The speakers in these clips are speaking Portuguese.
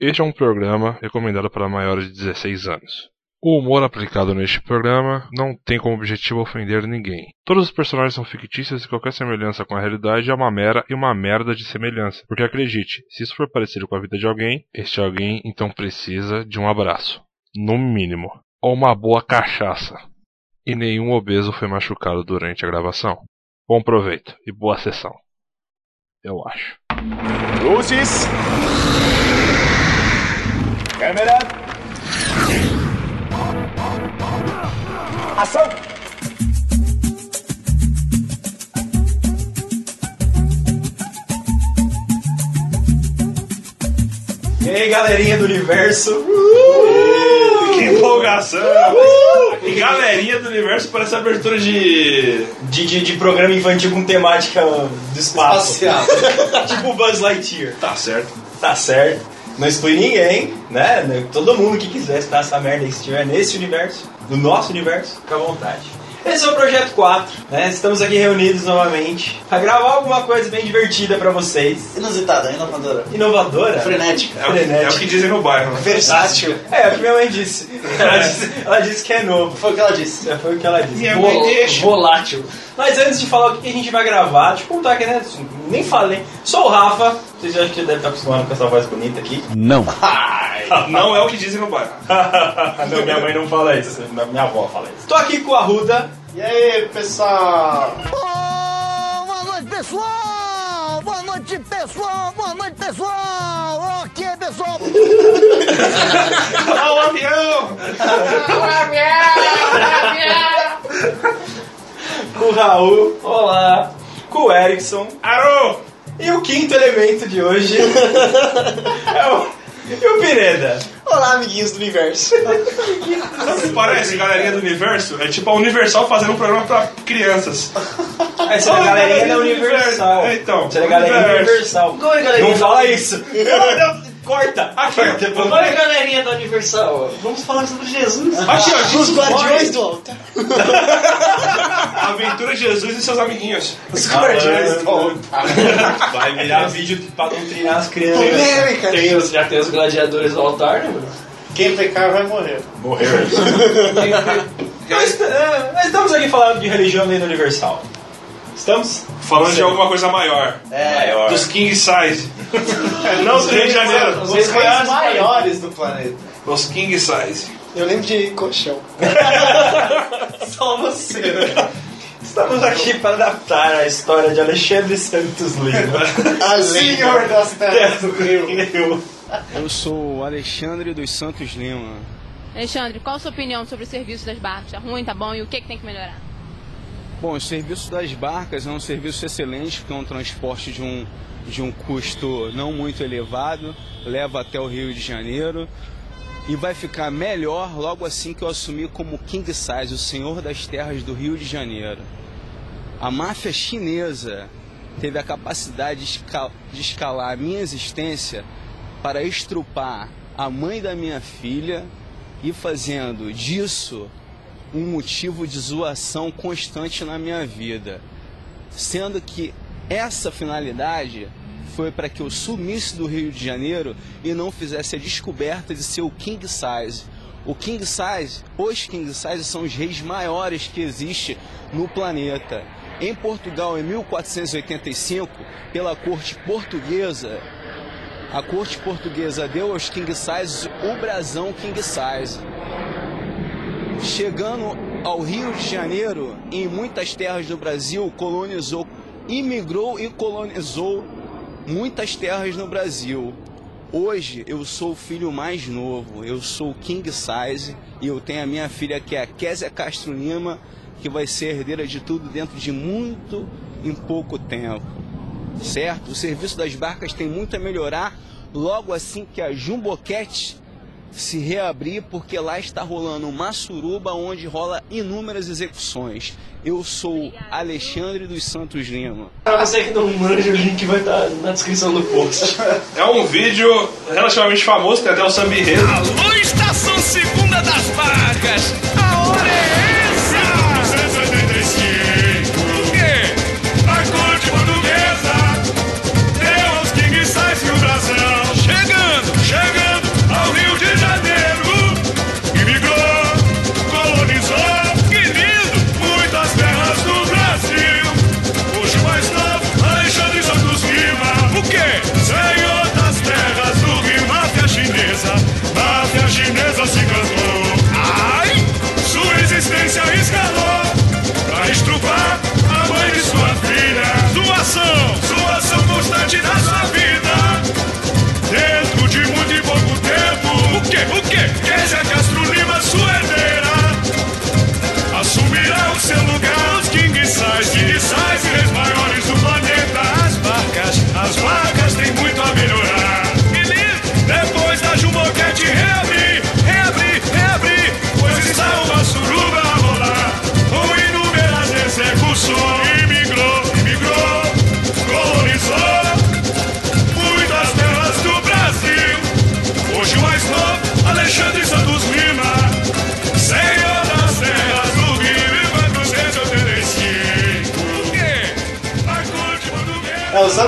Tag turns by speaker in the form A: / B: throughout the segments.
A: Este é um programa recomendado para maiores de 16 anos. O humor aplicado neste programa não tem como objetivo ofender ninguém. Todos os personagens são fictícios e qualquer semelhança com a realidade é uma mera e uma merda de semelhança. Porque acredite, se isso for parecido com a vida de alguém, este alguém então precisa de um abraço. No mínimo. Ou uma boa cachaça. E nenhum obeso foi machucado durante a gravação. Bom proveito e boa sessão. Eu acho.
B: Luzes! Câmera! Ação!
C: E aí, galerinha do universo!
B: Que empolgação! E galerinha do universo parece abertura de.
C: De, de, de programa infantil com temática do espaço.
D: Espacial.
C: tipo Buzz Lightyear.
B: Tá certo.
C: Tá certo. Não exclui ninguém, né? Todo mundo que quiser estar essa merda aí, se estiver nesse universo, no nosso universo, fica à vontade. Esse é o Projeto 4, né? Estamos aqui reunidos novamente pra gravar alguma coisa bem divertida pra vocês.
D: Inusitada, inovadora.
C: Inovadora.
D: Frenética.
B: É o, é o que dizem no bairro. né?
D: Versátil.
C: É, o que minha mãe disse. Ela disse, ela disse que é novo.
D: Foi o que ela disse.
C: Já foi o que ela disse.
B: Minha mãe
D: Vol-
B: deixa.
D: Volátil.
C: Mas antes de falar o que que a gente vai gravar, deixa eu contar aqui, né? Nem falei. Sou o Rafa. Vocês já acho que devem estar acostumados com essa voz bonita aqui.
B: Não é o que dizem no bairro.
C: não, minha mãe não fala isso. Minha avó fala isso. Tô aqui com a Ruda.
D: E aí, pessoal?
E: Oh, boa noite, pessoal! Boa noite, pessoal! Boa noite, pessoal! Ok, pessoal!
B: Ah, o avião!
C: Com o Raul. Olá. Com o Erickson.
B: Arô!
C: E o quinto elemento de hoje é o... E o Pineda?
D: Olá, amiguinhos do universo.
B: Sabe o que parece, galerinha do universo? É tipo a Universal fazendo um programa pra crianças.
C: Essa é a
B: Oi,
C: galerinha
B: galerinha
C: da
B: do
C: Universal.
B: universo. É, então.
C: Essa é a galerinha da
B: Universo.
C: Universal.
D: Oi, galerinha.
C: Não fala é isso. Corta. Aqui.
D: Olha a galerinha da Universal. Vamos falar sobre Jesus.
B: Aqui, ó, Jesus
D: Os guardiões
B: morre.
D: do altar.
B: A aventura de Jesus e seus amiguinhos.
D: Os
C: guardiões do
D: altar.
C: né? Vai virar vídeo pra doutrinar as crianças.
D: Polêmica.
F: Tem os, já tem os gladiadores do altar, né, mano?
D: Quem pecar vai morrer.
B: Morreu.
C: Mas, é, mas estamos aqui falando de religião dentro do Universal. Estamos?
B: Falando de
C: Sim.
B: alguma coisa maior.
D: É,
B: Dos King Size. Não do Rio de Janeiro.
D: os
B: Os
D: reis
B: reais
D: maiores do planeta.
B: Os King Size.
D: Eu lembro de colchão.
C: Só você. Estamos aqui para adaptar a história de Alexandre Santos Lima. É,
D: A senhor das terras do Rio.
C: Eu.
G: Eu sou o Alexandre dos Santos Lima.
H: Alexandre, qual a sua opinião sobre o serviço das barcas? Tá ruim, tá bom? E o que, que tem que melhorar?
G: Bom, o serviço das barcas é um serviço excelente, porque é um transporte de um, de um custo não muito elevado, leva até o Rio de Janeiro e vai ficar melhor logo assim que eu assumir como King Size, o senhor das terras do Rio de Janeiro. A máfia chinesa teve a capacidade de, esca- de escalar a minha existência para estrupar a mãe da minha filha e fazendo disso um motivo de zoação constante na minha vida. Sendo que essa finalidade foi para que eu sumisse do Rio de Janeiro e não fizesse a descoberta de ser o King Size. O King Size, os King Size são os reis maiores que existe no planeta. Em Portugal, em 1485, pela corte portuguesa, a corte portuguesa deu aos King Size o brasão King Size. Chegando ao Rio de Janeiro, em muitas terras do Brasil, colonizou, imigrou e colonizou muitas terras no Brasil. Hoje eu sou o filho mais novo, eu sou o King Size e eu tenho a minha filha que é a Késia Castro Lima, que vai ser herdeira de tudo dentro de muito em pouco tempo. Certo? O serviço das barcas tem muito a melhorar logo assim que a Jumboquete se reabrir, porque lá está rolando uma suruba onde rola inúmeras execuções. Eu sou Alexandre dos Santos Lima.
F: Pra você que não manja, o link vai estar na descrição do post.
B: É um vídeo relativamente famoso, tem até o samba enredo.
I: Alô, Estação Segunda das Vagas! A hora é essa! 285 O quê? A corte portuguesa! Deus que me sai o brasão! Chegando! Chegando!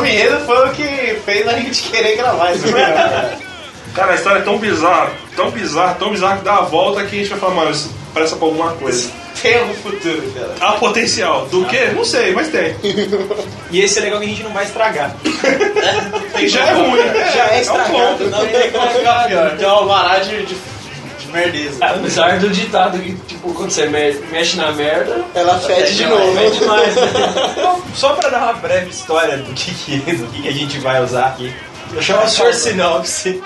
C: Pinheiro foi É, o que fez a gente querer gravar esse programa.
B: Cara, a história é tão bizarra, tão bizarra, tão bizarra que dá a volta que a gente vai falar, mano, isso parece pra alguma coisa.
C: Tem algum futuro, cara.
B: Há potencial. Do quê? Não sei, mas tem.
H: E esse é legal que a gente não vai estragar.
B: E já é ruim.
H: Já é
B: É um
H: estragado.
B: ponto.
H: não tem como ficar pior.
C: Tem um alvará de, de, de merdeza.
D: Apesar do ditado que, tipo, quando você me- mexe na merda,
J: Ela fede de novo.
D: é demais, né?
H: Então, só pra dar uma breve história do que, que, do que, que a gente vai usar aqui, eu chamo o senhor Sinopse.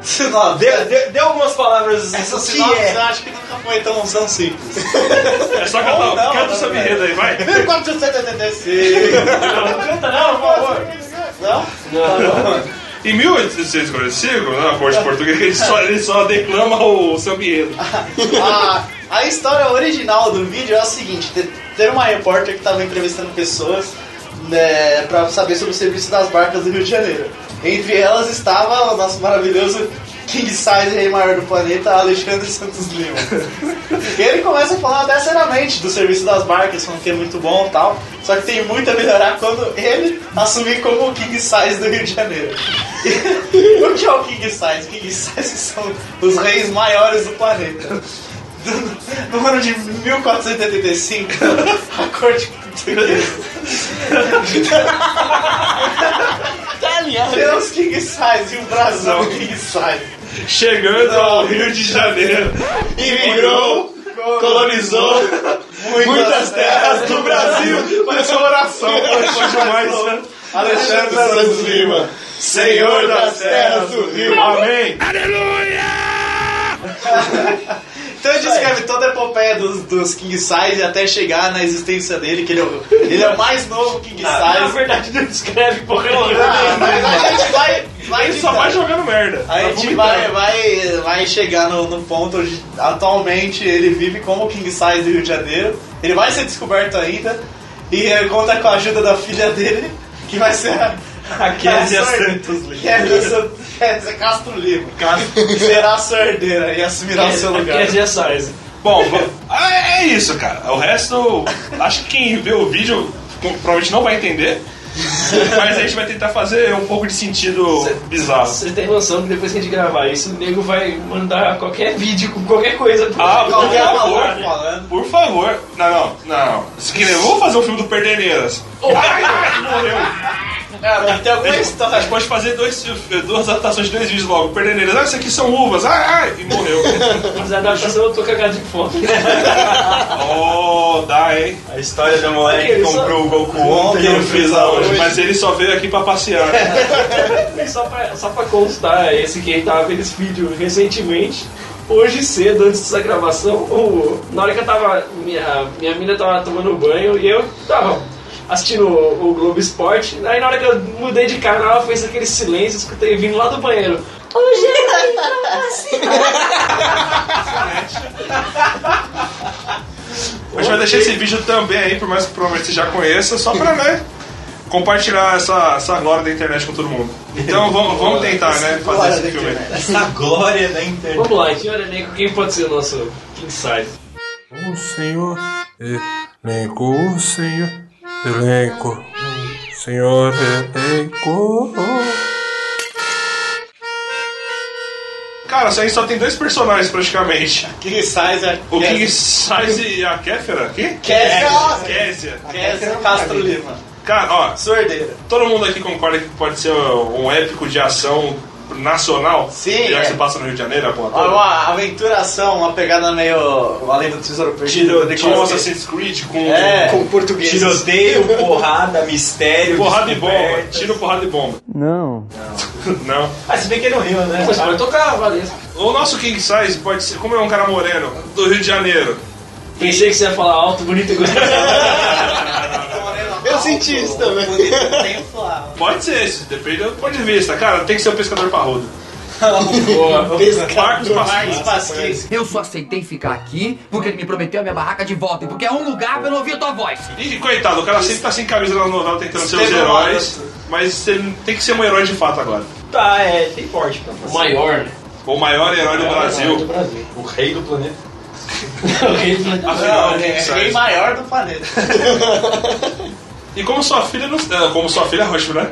C: Sinopse.
H: Deu, deu, deu algumas palavras.
C: Essa
H: do que
C: sinopse
H: é.
C: eu acho que nunca foi tão, tão simples.
B: É só
H: Não,
B: cantar.
H: não,
B: Canta
H: não,
B: o seu
H: velho.
B: enredo aí, vai.
C: 1476.
H: Não canta, não, por favor.
C: Não?
B: Em 1845, na né, corte portuguesa, ele só, ele só declama o seu Pinheiro.
C: a, a história original do vídeo é a seguinte: te- teve uma repórter que estava entrevistando pessoas né, para saber sobre o serviço das barcas do Rio de Janeiro. Entre elas estava o nosso maravilhoso King Size Rei Maior do Planeta, Alexandre Santos Lima. e ele começa a falar até seriamente do serviço das barcas, falando que é muito bom e tal. Só que tem muito a melhorar quando ele assumir como o King Size do Rio de Janeiro. o que é o King Size? King Size são os reis maiores do planeta. Do- No ano de 1485, a corte portuguesa tem os King Size e o brasão King Size.
B: Chegando ao Rio de Janeiro.
C: Imigrou, colonizou muitas, terras do Brasil. é
B: Parece uma oração. Foi demais, né?
C: Alexandre Santos Lima, senhor das terras do Rio.
B: Amém.
C: Então ele descreve toda a epopeia dos, dos King Size até chegar na existência dele, que ele é o, ele é o mais novo King
D: Na
C: Size.
D: verdade, não descreve porra nenhuma.
C: Ah, mas a gente vai. vai
B: Ele só vai jogando merda.
C: A gente vai, vai, vai chegar no, no ponto onde atualmente ele vive como King Size do Rio de Janeiro. Ele vai ser descoberto ainda. E ele conta com a ajuda da filha dele, que vai ser a.
H: A Kézia
C: a sor-
H: Santos Lima.
C: Kézia San- Kézia Castro Lima. que Será a sua herdeira e assumirá o seu lugar.
D: Quer dizer, size.
B: Bom, v- ah, é é isso, cara. O resto, acho que quem vê o vídeo com- provavelmente não vai entender. Mas a gente vai tentar fazer um pouco de sentido bizarro.
D: Você tem noção que depois que a gente gravar isso, o nego vai mandar qualquer vídeo com qualquer coisa. pro-
B: Ah, por
C: Qualquer valor
B: favor.
C: falando.
B: Por favor. Não, não, não. Se quiser, vamos fazer o filme do Perdeneiras. Ai, ai, morreu.
C: Cara, tem
B: A
C: alguma
B: gente, Então, a gente
C: história.
B: pode fazer dois, fi- duas adaptações de dois vídeos logo. Perdeneiras, ah, isso aqui são uvas. Ai, ai. E morreu.
D: Mas a adaptação eu tô cagado de fome.
B: Oh, dá, hein.
H: A história do moleque
D: Ok,
H: que
D: só-
H: comprou o Goku ontem e não fez a hoje.
B: Mas ele só veio aqui pra passear. né?
D: É, Só pra, só pra constar, esse que tava vendo esse vídeo recentemente, hoje cedo, antes dessa gravação, o- na hora que eu tava. Minha, minha mina tava tomando banho e eu tava assistindo o, o Globo Esporte. Aí na hora que eu mudei de canal, fez aquele silêncio, escutei vindo lá do banheiro.
B: A gente vai deixar esse vídeo também aí, por mais que provavelmente você já conheça, só pra, né? Compartilhar essa, essa glória da internet com todo mundo. Então vamos, vamos tentar, né? Fazer esse filme. aí.
H: Essa glória da internet.
D: Vamos lá, que hora nem quem pode ser o nosso King Size?
A: O senhor elenco, o senhor elenco, o senhor elenco.
B: Cara, isso aí só tem dois personagens praticamente:
C: King Size é.
B: o King Size e a Kéfera. Que?
C: Kézia.
B: Kézia.
H: é
C: Kézia
H: um
C: Castro Lima.
B: Cara, ó,
C: Sua herdeira.
B: todo mundo aqui concorda que pode ser um épico de ação nacional?
C: Sim,
B: Já
C: é.
B: que se passa no Rio de Janeiro, a porra
C: Olha,
B: toda.
C: Uma aventuração, uma pegada meio. Além do Tesouro Perdido.
B: Tiro- Com Assassin's Creed, com
C: É.
J: Com português.
H: Tiroteio, porrada, mistério.
B: porrada e bomba.
H: descoberta.
B: Tiro, porrada e bomba. Não. Não.
H: Ah, se bem que é no Rio, né?
D: Mas pode tocar, Valesca.
B: O nosso King Size pode ser, como é um cara moreno, do Rio de Janeiro.
D: Pensei que você ia falar alto, bonito e gostoso.
J: Eu senti isso também.
H: um
C: Tem o Flávio.
B: Pode ser esse, depende do ponto de vista. Cara, tem que ser um pescador parrudo.
C: um Marcos
B: Marcos Pasquim.
C: Pasquins.
E: Eu só aceitei ficar aqui porque ele me prometeu a minha barraca de volta e porque é um lugar pra eu não ouvir a tua voz.
B: E coitado, o cara sempre tá sem camisa na novela tentando ser os
C: Estevão
B: heróis, mas ele tem que ser um herói de fato agora.
H: Tá, é, tem porte pra fazer.
D: Maior, né?
B: O maior herói do Brasil.
H: O rei do planeta.
B: Afinal,
C: é,
B: quem
C: é
B: sabe?
C: rei maior do planeta.
B: E como sua filha não. ah, Como sua filha é ótimo, né?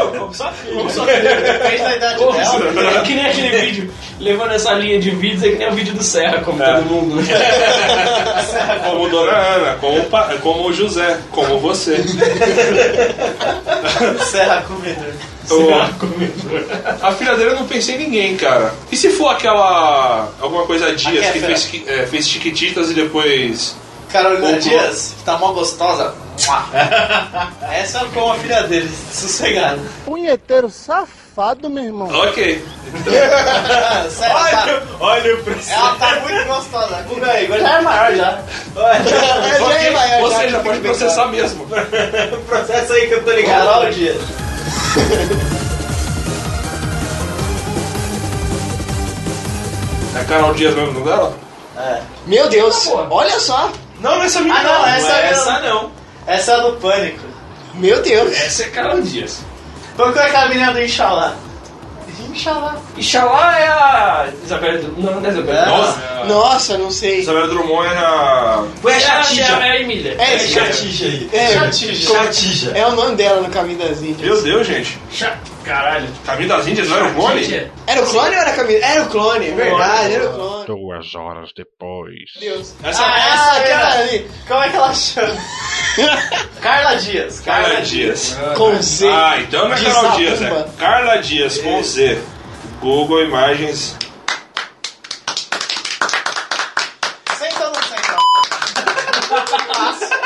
D: Eu, como sua filha.
C: Como sua filha, depende da idade
D: Como
C: dela.
D: sua filha. é Que nem aquele vídeo, levando essa linha de vídeos, é que nem o vídeo do Serra, como todo mundo.
B: Como Dona Ana, como, o pa- como o José, como você.
C: Serra comedor.
B: Serra A filha dele eu não pensei em ninguém, cara. E se for aquela. alguma coisa Dias que
C: Kéfera.
B: fez, chi- é, fez Chiquititas e depois.
C: Carolina
B: Ou-
C: Dias, que tá mó gostosa. Mua. Essa é como a filha dele, sossegada.
E: Punheteiro safado, meu irmão.
B: Ok.
C: Sério, tá-
H: Olha o preço.
C: ela tá muito gostosa. Guga aí, Guga já é maior já.
B: Só
C: já
B: que
C: é maior já.
B: você já pode processar mesmo.
H: Processo aí que eu tô ligado.
C: Carol Dias.
B: É Carol Dias mesmo, não dela?
C: É.
J: Meu Deus,
D: Tá bom.
J: olha só.
B: Não, nessa
C: Ah, não, essa, é
D: Essa não.
C: Essa é a do pânico.
J: Meu Deus.
D: Essa é Carol Dias.
C: Qual que é aquela menina do Inxalá? Inxalá.
D: Inxalá é a. Isabela. Du- Não, não é Isabela.
C: Não.
D: Nossa.
J: Nossa, não sei.
B: Isabela Drummond é a.
H: Põe a
D: É a
H: chatija.
D: Maria Emília.
J: É,
H: É chatija aí.
J: é,
C: Chatija.
H: Chatija.
J: é o nome dela no caminho das Índias.
B: Meu Deus, gente.
D: Cha- Caralho.
B: Caminho das Índias não é um era o clone?
D: Gente,
J: Era o clone ou era caminho? Era o clone, é verdade, era o clone.
A: Duas horas depois.
J: Meu Deus.
B: Essa-
J: ah,
C: essa
J: essa
C: era-
J: cara ali.
C: Como é que ela chama? Carla Dias.
B: Carla Dias.
J: Com Z.
B: Ah, então não é
J: De
B: Carol Dias,
J: Zabumba.
B: é Carla Dias com Z. Google Imagens.
C: Senta ou não senta?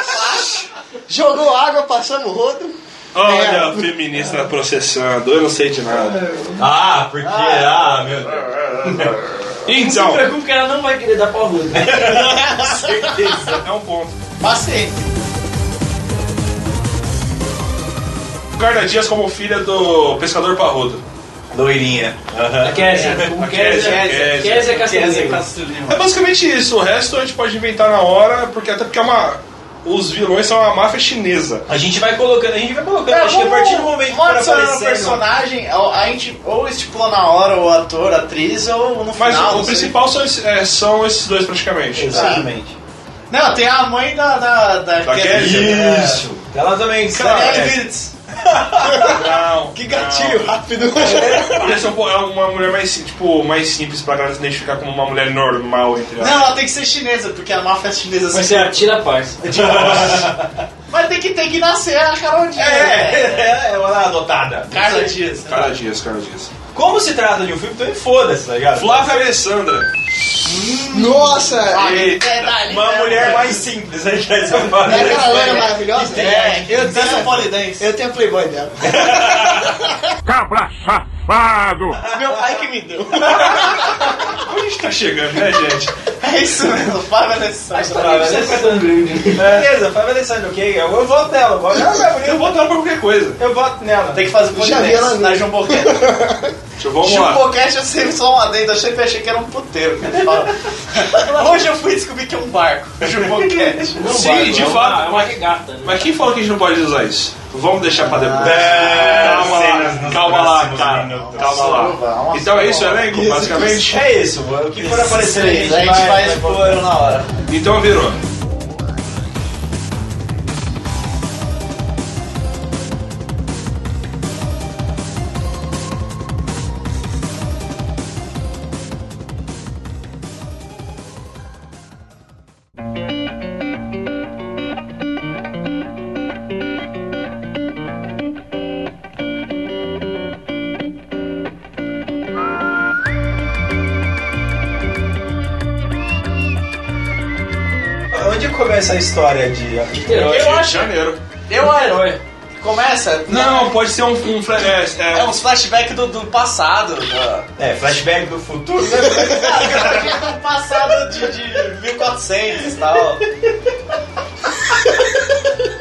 J: Jogou água, passamos rodo.
B: Olha a feminista processando, eu não sei de nada.
H: Ah, porque. Ah, meu Deus.
D: Não se
B: Então,
D: preocupe que ela não vai querer dar pau ruda.
B: é um ponto.
C: Passei.
B: Carla Dias como filha do pescador parrudo. É
H: Loirinha.
D: A Kézia. Como
B: A Kézia,
D: Kézia.
B: a Kézia.
D: Kézia Castanheira.
B: É basicamente isso, o resto a gente pode inventar na hora, porque até porque é uma. Os vilões são uma máfia chinesa.
H: A gente vai colocando, a gente vai colocando. acho que a partir do momento que for
C: adicionando É, o
H: aparecendo.
C: personagem, é a, a gente ou estipula na hora o ator, a atriz, ou no final.
B: Mas
C: não
B: o
C: sei.
B: principal são, esses- é, são esses dois praticamente.
H: é Exatamente.
C: Não, tem a mãe da. Da, da,
B: Da
C: que-
B: Kelly?
C: é,
H: Isso. Ela também.
J: é
C: Daniela
B: é
H: sabe?
C: Vinitz.
B: Não,
J: Que gatilho rápido.
B: não. Essa é uma- é uma mulher mais, sim- tipo, mais simples pra galera se identificar como uma mulher normal, entre
C: Não,
B: aspas.
C: ela tem que ser chinesa, porque a máfia chinesa
D: Vai
C: se-
D: ser a Tira Paz.
C: Mas tem que, tem que nascer a Carol Dias. né?
H: É, é uma adotada.
C: Carla Dias.
B: Carla Dias, Carla Dias.
H: Como se trata de um filme, então foda-se, tá ligado?
B: Flávia Alessandra.
J: Nossa.
B: Eita.
C: É, dali,
H: Uma
C: né?
H: mulher mais simples, a gente vai
J: É aquela loira
H: falar.
J: maravilhosa?
C: É,
J: Eu
C: eu
J: tenho,
C: polidense.
J: eu tenho a Playboy dela.
I: Cabra safado!
J: Meu pai que me deu.
B: Onde a gente tá chegando, né, gente?
C: É isso mesmo, Flávia
D: A
C: Alessandra.
D: história precisa ficar tão grande.
H: Beleza, Fábio Alessandro, ok? Eu eu voto nela, eu voto nela, é
B: Eu
H: bonita.
B: vou dar pra qualquer coisa.
H: Eu voto nela.
C: Tem que fazer
J: Já vi ela
C: polidense na
J: mesmo.
C: Jumboquete.
B: Deixa eu, vamos lá.
C: Jumboquete eu sempre só um adendo, eu sempre achei que era um puteiro. cara. Fala. Hoje eu fui descobrir que é um barco. Jumboquete. Um
D: Não
B: Sim,
D: vai,
B: de
D: não.
B: fato.
D: Ah, É uma regata. né?
B: Mas quem falou que a gente não pode usar isso? Vamos deixar pra depois. calma
H: É, cenas
B: lá,
H: nos
B: calma lá,
H: próximos
B: cara.
H: minutos.
B: Calma
C: Nossa,
B: lá.
C: nossa,
B: Então é isso,
C: nossa.
B: elenco, basicamente.
H: É isso, o que for aparecer
C: Três, a gente vai expor na hora.
B: Então virou.
H: Onde começa a história de.
D: Herói. É um
B: Rio de Janeiro.
C: Eu acho.
D: Herói.
C: Começa?
B: Não, pode ser um, um flash. É, é,
C: É uns flashbacks do, do passado. né? da-
H: É, flashback do futuro, né?
C: Ah, cara, já tá no passado de, de 1400 e tal.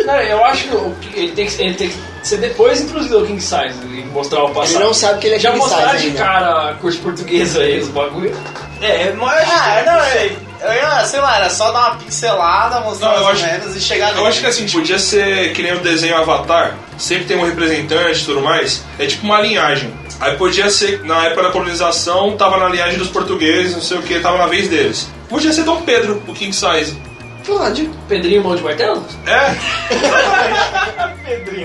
D: Não, eu acho que o que ele tem que, ele tem que ser depois introduzido ao King Size e mostrar o
J: Ele
D: passado.
J: não sabe que ele é
D: Já
J: King
D: mostraram
J: Size
D: de
J: ainda.
D: cara a curso portuguesa aí, os bagulho.
H: É, mas.
C: Ah, não, eu, eu ia, sei lá, era só dar uma pincelada, mostrar
B: Não, eu
C: mais
B: acho-
C: ou menos e chegar
B: Eu acho que assim, podia ser que nem o desenho Avatar, sempre tem um representante e tudo mais, é tipo uma linhagem. Aí podia ser, na época da colonização, tava na linhagem dos portugueses, não sei o que, tava na vez deles. Podia ser Dom Pedro, o King Size.
D: Pode. Pedrinho Mão de Martelo?
B: É.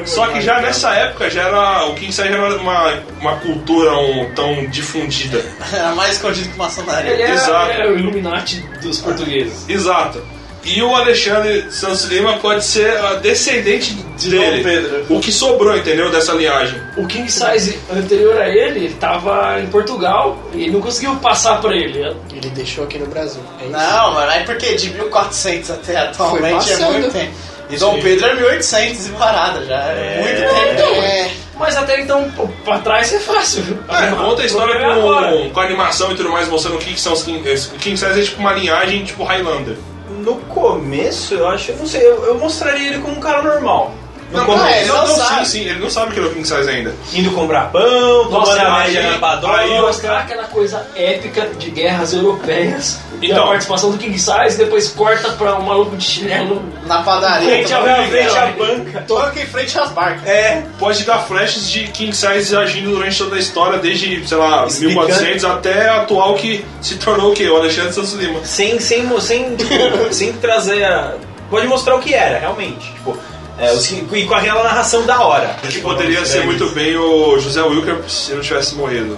B: Só que já nessa época já era. O King Size já era uma, uma cultura um, tão difundida.
C: Era mais escondido que maçonaria.
D: Ele era,
B: Exato.
D: ele era o Illuminati dos portugueses.
B: Exato. E o Alexandre Santos Lima pode ser a descendente dele.
C: Pedro.
B: O que sobrou, entendeu? Dessa linhagem.
D: O King Size anterior a ele tava em Portugal e não conseguiu passar pra ele.
J: Ele deixou aqui no Brasil. É isso.
C: Não, mano, é porque de 1400 até atualmente é
J: passando.
C: muito tempo. E Dom Pedro é 1800 e parada já. É muito tempo.
J: É,
D: Mas até então, pô, pra trás é fácil.
B: É, conta a história
D: Vou pegar agora.
B: com, com animação e tudo mais, mostrando o que, que são os King, eh, King Size é tipo uma linhagem tipo Highlander.
H: No começo, eu acho, eu não sei, eu, eu mostraria ele como um cara normal. No
B: Não,
H: começo,
C: é, ele não sabe.
B: Sim, sim, ele não sabe que ele é o King Size ainda.
H: indo comprar pão,
D: Nossa,
H: tomando a média
D: imagina-
H: na padoca.
D: aí mostrar aquela coisa épica de guerras europeias e a
B: Então.
D: participação do King Size, depois corta pra um maluco de chinelo.
C: Na padaria.
D: Frente
C: tava
D: ao-
C: em
D: frente
B: né?
D: à
C: banca. Toca em frente às barcas.
H: É,
B: Pode dar flashes de King Size agindo durante toda a história, desde, sei lá,
H: Explicando.
B: 1400 até a atual que se tornou o quê? O Alexandre Santos Lima.
H: sem, sem, mo- sem, tipo, sem trazer a... Pode mostrar o que era, realmente. Tipo, é, os- e com aquela narração da hora.
B: Que
H: Tipo,
B: poderia
H: não,
B: ser
H: é,
B: muito bem o José Wilker se não tivesse morrido.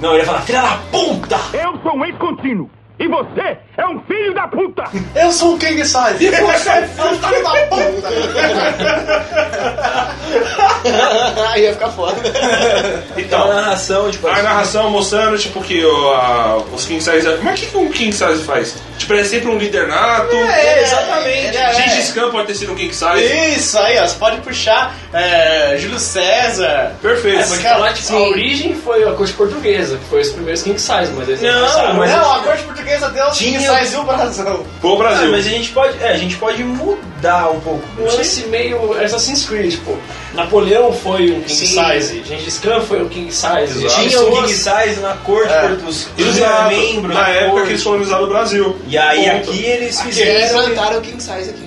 H: Não, ele ia falar, filha da puta!
I: Eu sou um ex-contínuo e você é um filho da puta!
C: Eu sou o King Size. E você é filho da puta.
J: aí ia ficar foda.
H: Aquela
B: Então,
H: narração, tipo...
B: a
H: assim,
B: narração mostrando, tipo, que o, a- os King Size. Mas o que, que um King Size faz? Tipo, ele é sempre um líder nato.
H: É, exatamente.
C: É,
B: Gengis Khan pode ter sido um King Size.
C: Isso aí, ó. Você pode puxar é, Júlio César.
B: Perfeito.
D: Porque lá, tipo, a origem foi a corte portuguesa, que foi os primeiros King Size, né, "Ah, mas é eles
H: Não,
D: passaram.
H: mas-
C: não, a corte portuguesa deu os é King
H: Tinha-
C: Size e o Brasão.
B: Pô,
H: Ah,
B: Brasil.
H: mas a gente pode, é, a gente pode mudar um pouco.
D: Um lance meio Assassin's Creed, pô. Napoleão foi um King
C: Sim.
D: Size, Gengis Khan foi um King Size.
B: Exato.
H: Tinha o King Size na corte
C: É.
H: por- dos dos
B: Exato.
H: membros
B: Na
H: da
B: época que
H: corte.
B: eles colonizaram o Brasil.
H: E aí
B: Ponto.
H: aqui eles
J: Eles
H: fizeram.
J: plantaram o King Size aqui.
D: Size.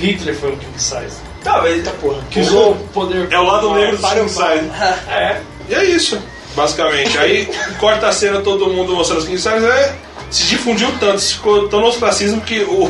D: Hitler foi um King Size.
H: Talvez.
J: Eita porra.
D: Que usou o poder...
B: É o lado negro do King Size.
D: É.
B: E é isso, basicamente. Aí corta a cena, todo mundo mostrando os King Size. É, se difundiu tanto, se ficou tão no ostracismo que o,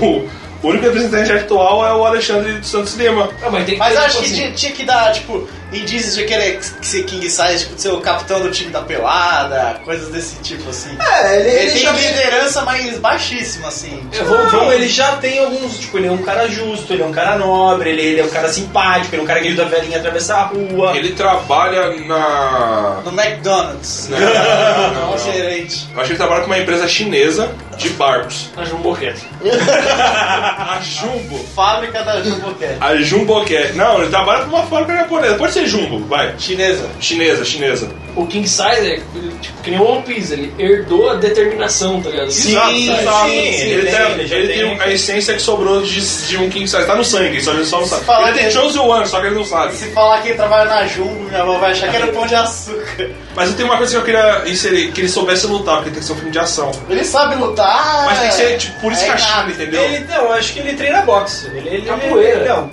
B: o único representante atual é o Alexandre de Santos Lima.
D: Ah, mas tem que
C: Mas
D: ter,
C: acho
D: tipo
C: que
D: assim,
C: tinha, tinha que dar, tipo, indícios de que ele é ser King Size, tipo, de ser o capitão do time da pelada, coisas desse tipo, assim.
H: É, ele,
C: Ele
H: ele
C: tem
H: já
C: uma
H: tem.
C: liderança mais baixíssima, assim.
D: É, vamos,
H: Não,
D: vamos,
H: ele já tem alguns, tipo, ele é um cara justo, ele é um cara nobre, ele, ele é um cara simpático, ele é um cara que ajuda a velhinha a atravessar a rua.
B: Ele trabalha na.
C: No McDonald's.
B: Não, não, não.
C: Não, gerente.
B: Eu acho que ele trabalha com uma empresa chinesa de barcos.
D: Nós vamos morrer.
B: A Jumbo.
C: Fábrica da Jumboquete.
B: A Jumbo quer. Não, ele trabalha com uma fábrica japonesa. Pode ser Jumbo, vai.
C: Chinesa.
B: Chinesa, chinesa.
D: O King Size é ele, tipo, que nem o One Piece, ele herdou a determinação, tá ligado?
H: Sim,
B: Exato, exato.
H: sim,
B: Tá, ele,
H: ele
B: tem,
H: tem, ele já
B: ele
H: tem.
B: tem a essência que sobrou de, de um King Size. Tá no sangue, só ele só não sabe.
C: Fala
B: ele tem
C: dele.
B: Chosen One, só que ele não sabe.
C: Se falar que ele trabalha na Jumbo, minha avó vai achar que era pão de açúcar.
B: Mas eu tenho uma coisa que eu queria inserir, que ele soubesse lutar, porque tem que ser um filme de ação.
C: Ele sabe lutar.
B: Mas tem que ser, tipo, por isso
C: é
B: que a China,
C: nada.
B: entendeu?
H: Ele, não, acho que ele treina boxe. Ele, ele,
D: Capoeira.
H: Ele, não.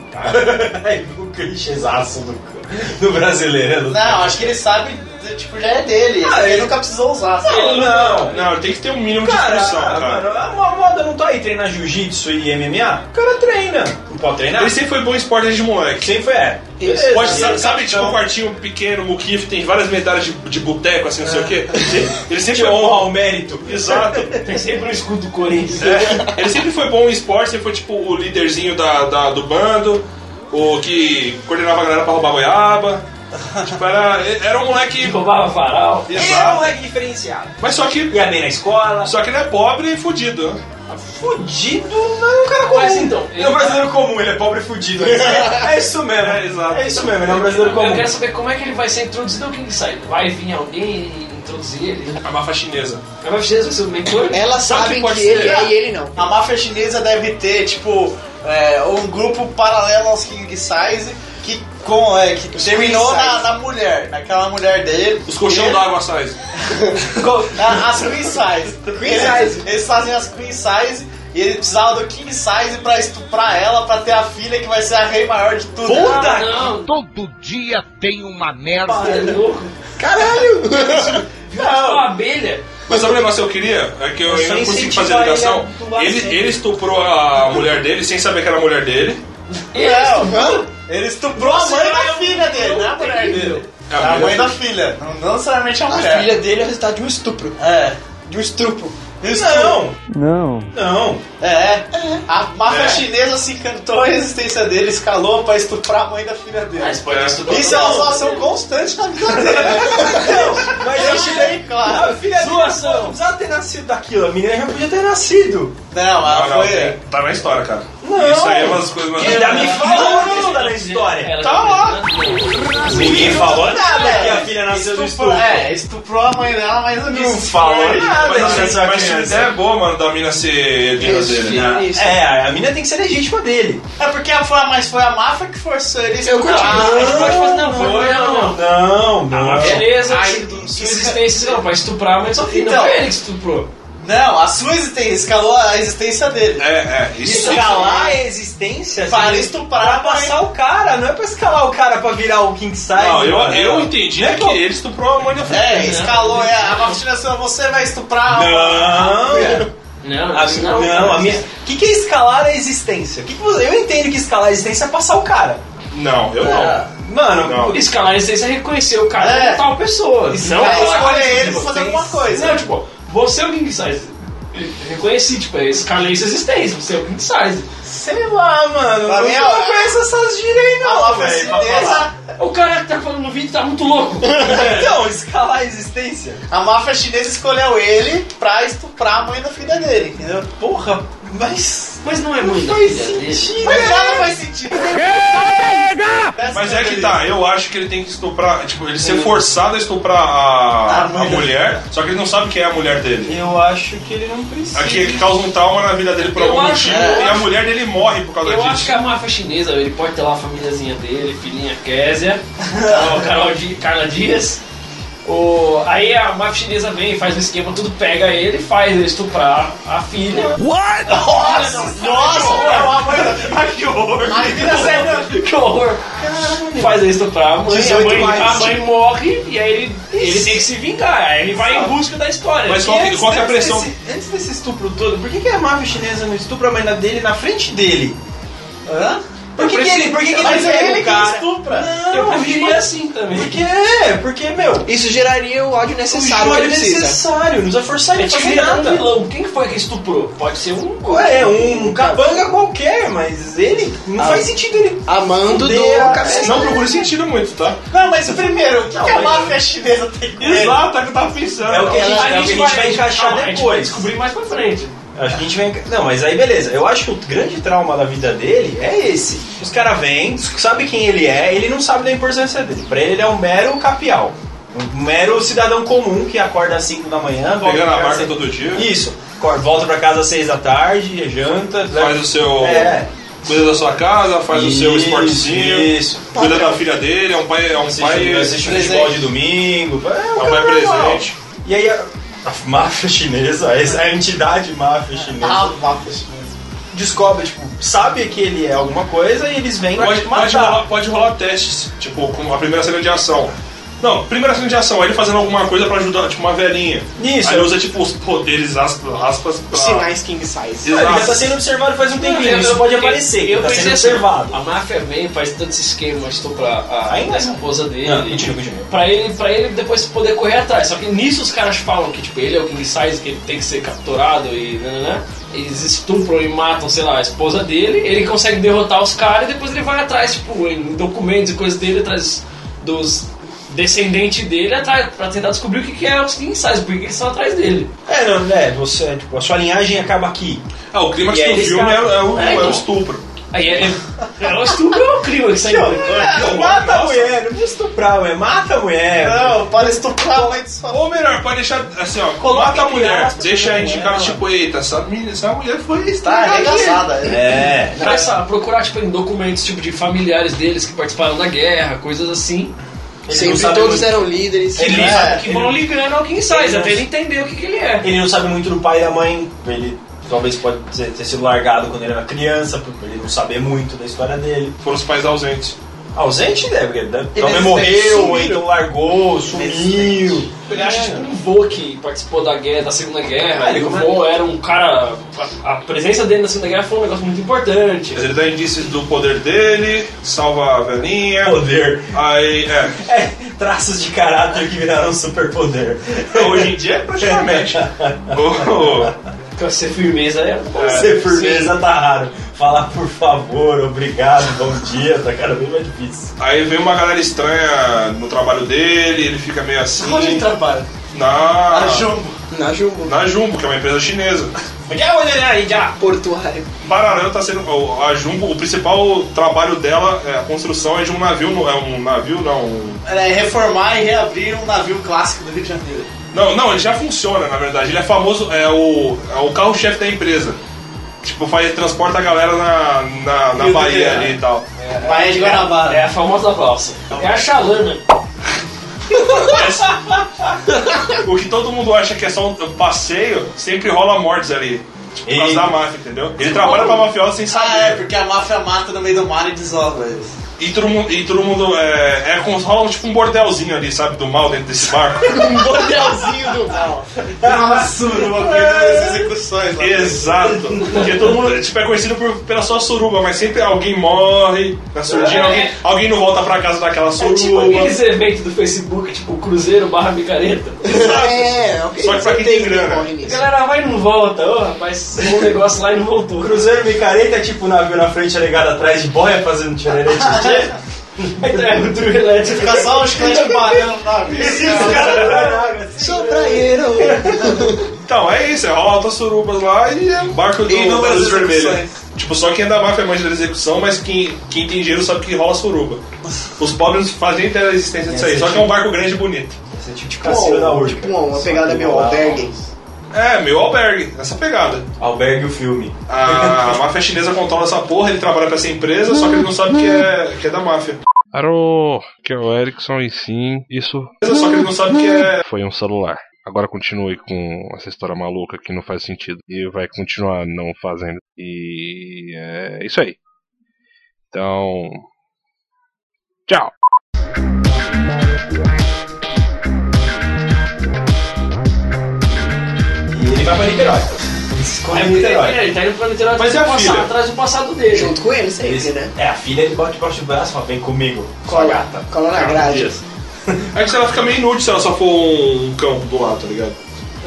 H: Ai, o clichêzaço do, do brasileiro.
C: Não, acho que ele sabe, tipo, já é dele.
H: Ah,
C: ele,
H: ele-
C: nunca precisou usar. sabe?
H: Não, não.
B: Não, ele tem que ter um mínimo de
H: Cara,
B: expressão, cara.
H: mano, a moda não tá aí treinar jiu-jitsu e MMA? O cara treina. Não pode treinar?
B: Ele sempre foi bom em esporte desde moleque.
H: Sempre foi, é. Beleza,
B: Pode,
H: ele é
B: sabe, sabe tipo
H: capitão.
B: um quartinho pequeno, muquifo, tem várias medalhas de, de boteco, assim, não sei o quê. Ele sempre
H: Que
B: é
H: honra ao
B: bom.
H: mérito.
B: Exato.
D: Tem sempre um escudo do Corinthians.
B: É, ele sempre foi bom em esporte, sempre foi tipo o líderzinho da, da- do bando, o que coordenava a galera pra roubar goiaba. Tipo, era, era um moleque.
D: Roubava varal.
H: Ele é um
B: Exato.
H: moleque diferenciado.
B: Mas só que.
H: Ia bem na escola. Ah,
B: Só que ele é pobre e fudido. né?
H: Fudido não é um cara comum.
D: Mas então, ele-
H: Ele é um brasileiro comum, ele é pobre e fudido. É, isso- é isso mesmo.
B: É, exato.
H: É isso mesmo, ele é um brasileiro
D: Eu
H: comum.
D: quero saber como é que ele vai ser introduzido ao King Size. Vai vir alguém e introduzir ele?
I: É
B: A máfia chinesa.
D: Mas vai ser o seu mentor?
J: Elas
B: Sabe
J: sabem
B: que pode
J: que ele
B: ser?
J: é e ele não.
C: A máfia chinesa deve ter, tipo, é, um grupo paralelo aos King Size que, com, é, que terminou
J: Size.
C: na, na mulher, naquela mulher dele.
B: Os colchão
C: Ele-
B: d'água size.
C: a- ah, As Queen Size. eles, eles fazem as Queen Size e ele precisava do King Size pra estuprar ela, pra ter a filha que vai ser a rei maior de tudo.
D: Ah, não.
I: Todo dia tem uma merda.
D: Você é louco.
J: Caralho!
D: Uma abelha.
I: Mas sabe o negócio que eu queria? É que eu
G: Só
I: ainda não consegui
G: incentivar
I: fazer a ligação.
G: ele a atuar
I: Ele,
G: sempre.
I: ele estuprou a mulher dele sem saber que era a mulher dele.
C: Não, ele estuprou a mãe da filha dele, não é a mulher dele.
I: É
C: A Tá, mãe
I: mulher
C: da filha, não não necessariamente a
G: A
C: mulher.
G: filha dele é resultado de um estupro.
C: É.
G: De um estupro.
C: Não,
K: Não.
C: não. É. A máfia chinesa se encantou a existência dele, escalou pra estuprar a mãe da filha dele.
I: Mas pode estuprar.
C: Isso é uma zoação constante na vida dele. não, mas deixa bem claro.
B: A filha dele não precisava ter nascido daquilo, a menina já podia ter nascido.
C: Não, ela
I: Não, não,
C: foi.
I: é- tá na história, cara.
B: Não.
I: Isso aí é uma das coisas mais.
B: Ainda me fala onde isso tá na história.
D: né?
C: Tá lá.
B: Ninguém falou nada
C: é.
B: que a filha nasceu do
C: Estuprou,
B: estupro.
C: é, estuprou a mãe dela, mas não
B: Não
C: disse.
B: falou nada
I: Mas,
B: disso,
I: a-
B: essa
I: mas a
B: criança.
I: ideia é boa, mano, da mina ser guerra dele. né?
B: Não,
G: Isso.
B: É, a menina tem que ser legítima dele.
C: É porque foi a, mas foi a máfia que forçou ele a
G: Eu curti.
C: estuprar.
G: a gente pode fazer, não, foi ela, não.
B: Não,
D: Ah,
B: não.
D: Beleza,
C: Ai,
D: sua
C: isso-
D: existência não, pra estuprar, mas só que não
C: Então.
D: foi ele que estuprou.
C: Não, a sua existência, escalou a existência dele.
I: É, é. Isso, isso,
B: Escalar Tá a existência
C: Para
B: assim,
C: estuprar
B: pra passar o cara, não é pra escalar o cara pra virar o King Size.
I: Não, eu,
B: mano.
I: eu entendi é que ele estuprou a mãe da filha.
C: É, escalou, é, a vacinação, você vai estuprar.
B: Não,
D: Não,
B: a,
D: isso
B: não, a minha. O que, que é escalar a existência? O Que que você- eu entendo que escalar a existência é passar o cara.
I: Não,
G: É.
I: eu
B: Ah,
I: não.
B: Mano,
I: Não.
D: Escalar a existência é reconhecer o cara
C: É.
D: como tal pessoa. Não,
C: Vai
D: falar,
C: escolher
D: tipo,
C: ele pra fazer alguma coisa.
D: Não, tipo, você é o King Size. Reconheci, tipo, escalei sua existência, você é o King Size.
B: sei lá, mano.
C: Pra
B: eu
C: mim,
B: não
C: ó,
B: conheço essas gírias aí,
C: a
B: não,
C: máfia
B: velho. pra falar.
C: chinesa,
D: O cara que tá falando no vídeo tá muito louco.
B: Então, escalar a existência.
C: a máfia chinesa escolheu ele pra estuprar a mãe da filha dele, entendeu?
B: Porra, mas.
D: Mas não é muito.
B: Faz sentido.
C: Mas já não faz sentido. Péssima
I: Mas é que
C: teoria.
I: tá, eu acho que ele tem que estuprar, tipo, ele ser forçado a estuprar a,
C: A mãe
I: a
C: da-
I: mulher, só que ele não sabe quem é a mulher dele.
B: Eu acho que ele não precisa.
I: Aqui que causa um trauma na vida dele por
D: Eu
I: algum
D: acho-
I: motivo,
D: eu
I: e a
D: acho-
I: mulher dele morre por causa
D: Eu acho
I: disso.
D: que a máfia chinesa, ele pode ter lá a famíliazinha dele, filhinha Késia, Carol, Carol Di- Carla Dias. O, aí a máfia chinesa vem, faz um esquema, tudo pega ele, faz ele estuprar a filha.
C: Nossa, nossa, é uma mãe da filha.
D: que horror!
C: Aí
B: Tá
C: vira sério.
D: Que horror! Faz ele estuprar a mãe, a
C: 18
D: mãe,
C: mais.
D: a mãe morre e aí ele, ele tem que se vingar, aí ele vai em busca da história.
I: Mas qual, que-
B: Antes
I: qual que é a
B: desse-
I: pressão?
B: antes desse estupro todo, por que, que a máfia chinesa não estupra a mãe da dele na frente dele? Hã? Por que, que ele, por que, que
C: Mas
B: ele
C: é
B: pega
C: ele que
B: o cara?
C: estupra.
D: eu
B: mas-
D: preferia assim também.
B: Porque é, porque, meu, o
G: Isso geraria o ódio necessário
B: jogo
G: que
B: é
G: ele precisa.
B: necessário, não precisa forçar
C: É
B: ele a
D: Ele
B: fazer
D: vira um
B: nada.
D: vilão. Quem que foi que estuprou? Pode ser um.
B: Ué, um, um capanga qualquer, mas ele, não
G: Ah.
B: faz sentido ele...
G: Amando do
B: Fuder, a-
G: cabeça.
I: Não procure sentido muito, tá?
C: Não, mas primeiro, o que, é que a
B: mas-
C: máfia chinesa tem com ele?
I: Exato, é o que eu tava pensando.
B: É o que a gente,
D: Aí
B: é o que a gente vai encaixar
D: calma, a gente vai
B: depois.
D: descobrir mais pra frente.
B: Acho que a gente vem. Não, mas aí beleza. Eu acho que o grande trauma da vida dele é esse. Os caras vêm, sabe quem ele é, ele não sabe da importância dele. Pra ele, ele é um mero capial. Um mero cidadão comum que acorda às 5 da manhã, volta
I: Pegando
B: pra
I: a
B: casa
I: marca
B: às-
I: todo dia,
B: Isso. Acorda- Volta pra casa às 6 da tarde, janta.
I: faz o seu.
B: É.
I: Cuida da sua casa, faz o seu
B: Isso,
I: esportezinho,
B: isso.
I: cuida da filha dele, é um pai. É um
B: Assiste,
I: pai.
B: assiste
I: É
B: futebol de domingo. É, o
I: um pai
B: cara normal.
I: presente.
B: E aí a, a máfia chinesa, essa- a entidade É, máfia chinesa.
C: Ah, máfia chinesa.
B: descobre, tipo, sabe que ele é alguma coisa e eles vêm
I: Pode,
B: te
I: pode,
B: matar.
I: rolar, pode rolar testes, tipo, com a primeira cena de ação. Não, primeira cena de ação, ele fazendo alguma coisa pra ajudar, tipo, uma velhinha.
B: Isso.
I: Aí ele usa, tipo, os poderes, aspas, aspas pra...
G: Sinais king size.
B: Ele já
I: Exato.
B: tá sendo observado faz um tempinho,
D: Eu-
B: isso
D: eu-
B: pode
D: eu-
B: aparecer,
D: Eu
B: ele tá
D: pensei
B: sendo
D: assim,
B: observado.
D: A máfia vem, faz tanto esse esquema, estuprar a,
B: Ainda
D: a esposa dele.
B: Não, continua, continua.
D: Pra ele, pra ele depois poder correr atrás. Só que nisso os caras falam que tipo, ele é o King Size, que ele tem que ser capturado e. nananã. Eles estupram e matam, sei lá, a esposa dele. Ele consegue derrotar os caras e depois ele vai atrás, tipo, em documentos e coisas dele, atrás dos descendentes dele, atrás, pra tentar descobrir o que, que é os King Size, por que que eles estão atrás dele.
B: É, não, é, você, tipo, a sua linhagem acaba aqui.
I: Ah, o clímax
B: E aí
I: do
B: eles
I: filme é,
B: caem.
I: é o,
D: É,
I: é o
D: então.
I: estupro.
D: Aí é. é- É o estupro é o crime que sai
B: Não, é, mata a mulher, não precisa estuprar, ué, mata a mulher.
C: Não, para estuprar a mãe de sua
I: Ou melhor, pode deixar, assim, ó,
B: Coloca
I: mata a
B: entre
I: mulher,
B: aspas,
I: deixa
B: né,
I: a indicar,
B: ela.
I: tipo, eita, essa, menina- essa mulher foi
C: Tá
I: estragada.
C: arregaçada.
B: É,
D: Pra essa- procurar, tipo, em documentos, tipo, de familiares deles que participaram da guerra, coisas assim.
B: ele não
G: Sempre
B: sabe
G: todos
B: muito-
G: eram líderes.
B: Ele não
C: É.
B: sabe-
D: Que vão ligando ao King Size, até ele entender o que, que ele é.
B: Ele não sabe muito do pai e da mãe, ele talvez pode ter, ter sido largado quando ele era criança, por ele não saber muito da história dele.
I: Foram os pais ausentes.
B: Ausente, né? Porque da-
D: Inexistente,
B: Tommy morreu, ou
D: sumiu.
B: então largou, sumiu.
D: Eu acho tipo um vô que participou da guerra, da Segunda Guerra.
B: Ah, ele
D: e o
B: como
D: vô
B: é?
D: era um cara. A, a presença dele na Segunda Guerra foi um negócio muito importante.
I: Mas ele dá indícios do poder dele, salva a velhinha.
B: É Poder.
I: Aí, é.
B: É, traços de caráter que viraram superpoder.
I: Hoje em dia, praticamente. O-
D: Pra ser firmeza é.
B: Ser firmeza tá raro. Falar por favor, obrigado, bom dia, tá cada vez mais difícil.
I: Aí vem uma galera estranha no trabalho dele, ele fica meio assim.
G: Onde ele trabalha?
I: Na.
G: Na Jumbo. Na Jumbo.
I: Na Jumbo, que é uma empresa chinesa.
D: é,
G: Portuário.
I: Bararão tá sendo. o- A Jumbo, o principal trabalho dela, é a construção é de um navio. no- É um navio, não. um-
C: É, reformar e reabrir um navio clássico do Rio de Janeiro.
I: Não, não, ele já funciona, na verdade. Ele é famoso, é o, é o carro-chefe da empresa. Tipo, faz, transporta a galera na, na, na
C: Rio de
I: Bahia
C: Janeiro.
I: ali e tal.
B: É.
C: Bahia de Guanabara.
D: É a famosa valsa. É a chalana.
I: O que todo mundo acha que é só um passeio, sempre rola mortes ali. Tipo, por causa
B: Eita.
I: da máfia, entendeu? Ele trabalha pra mafiosa sem
C: Ah, é,
I: saber.
C: porque a máfia mata no meio do mar e desova eles.
I: E todo mundo, e todo mundo é, é como rola tipo um bordelzinho ali, sabe, do mal dentro desse barco.
C: Um bordelzinho do mal. Uma suruba cuidando das execuções lá.
I: É. Exato. Porque todo mundo tipo, é conhecido por, pela sua suruba, mas sempre alguém morre na surdina, alguém, alguém não volta pra casa daquela
D: É
I: suruba.
D: tipo aqueles eventos tipo do Facebook, tipo Cruzeiro barra Micareta.
G: É, alguém
I: Só que pra quem tem grana.
G: morre
D: A
G: nisso.
D: galera vai e não volta, ó, rapaz, um negócio lá e não voltou.
B: Cruzeiro micareta é tipo navio na frente, alegado atrás de boia fazendo tcharerê tchê.
D: É, o trio elétrico.
C: Fica só um chiclete parando na vida.
G: Sou praieiro.
I: Então, é isso, é rola altas surubas lá e é barco do,
C: E
I: da
C: inúmeras
I: luz vermelha.
C: execuções.
I: Tipo, só quem é da máfia manja da execução, mas quem, quem tem dinheiro sabe que rola suruba. Os pobres não fazem ideia da existência disso aí, só que é um barco grande e bonito.
B: Esse é tipo de cassino da Urca.
C: é
G: Tipo uma, uma pegada meio albergue.
I: É, meu albergue, essa pegada.
B: Albergue o filme.
I: A máfia chinesa controla essa porra, ele trabalha pra essa empresa, só que ele não sabe que é, que é da máfia.
A: Aro, que é o Erickson e sim, isso
I: Só que ele não sabe que é.
A: foi um celular. Agora continue com essa história maluca que não faz sentido e vai continuar não fazendo. E é isso aí. Então, tchau.
B: E ele vai pra Niterói. Ele se esconde
D: É,
B: em
D: porque
B: Niterói.
D: ele tá indo pra Niterói
I: Mas
D: atrás,
I: e a
D: do passado,
I: filha?
D: atrás do passado dele.
G: Junto com ele, isso aí,
B: Esse-
G: né?
B: É, a filha ele bota debaixo do braço e fala, vem comigo, sua gata.
G: Cola na grade.
I: É que ela fica meio inútil se ela só for um cão do lado, tá ligado?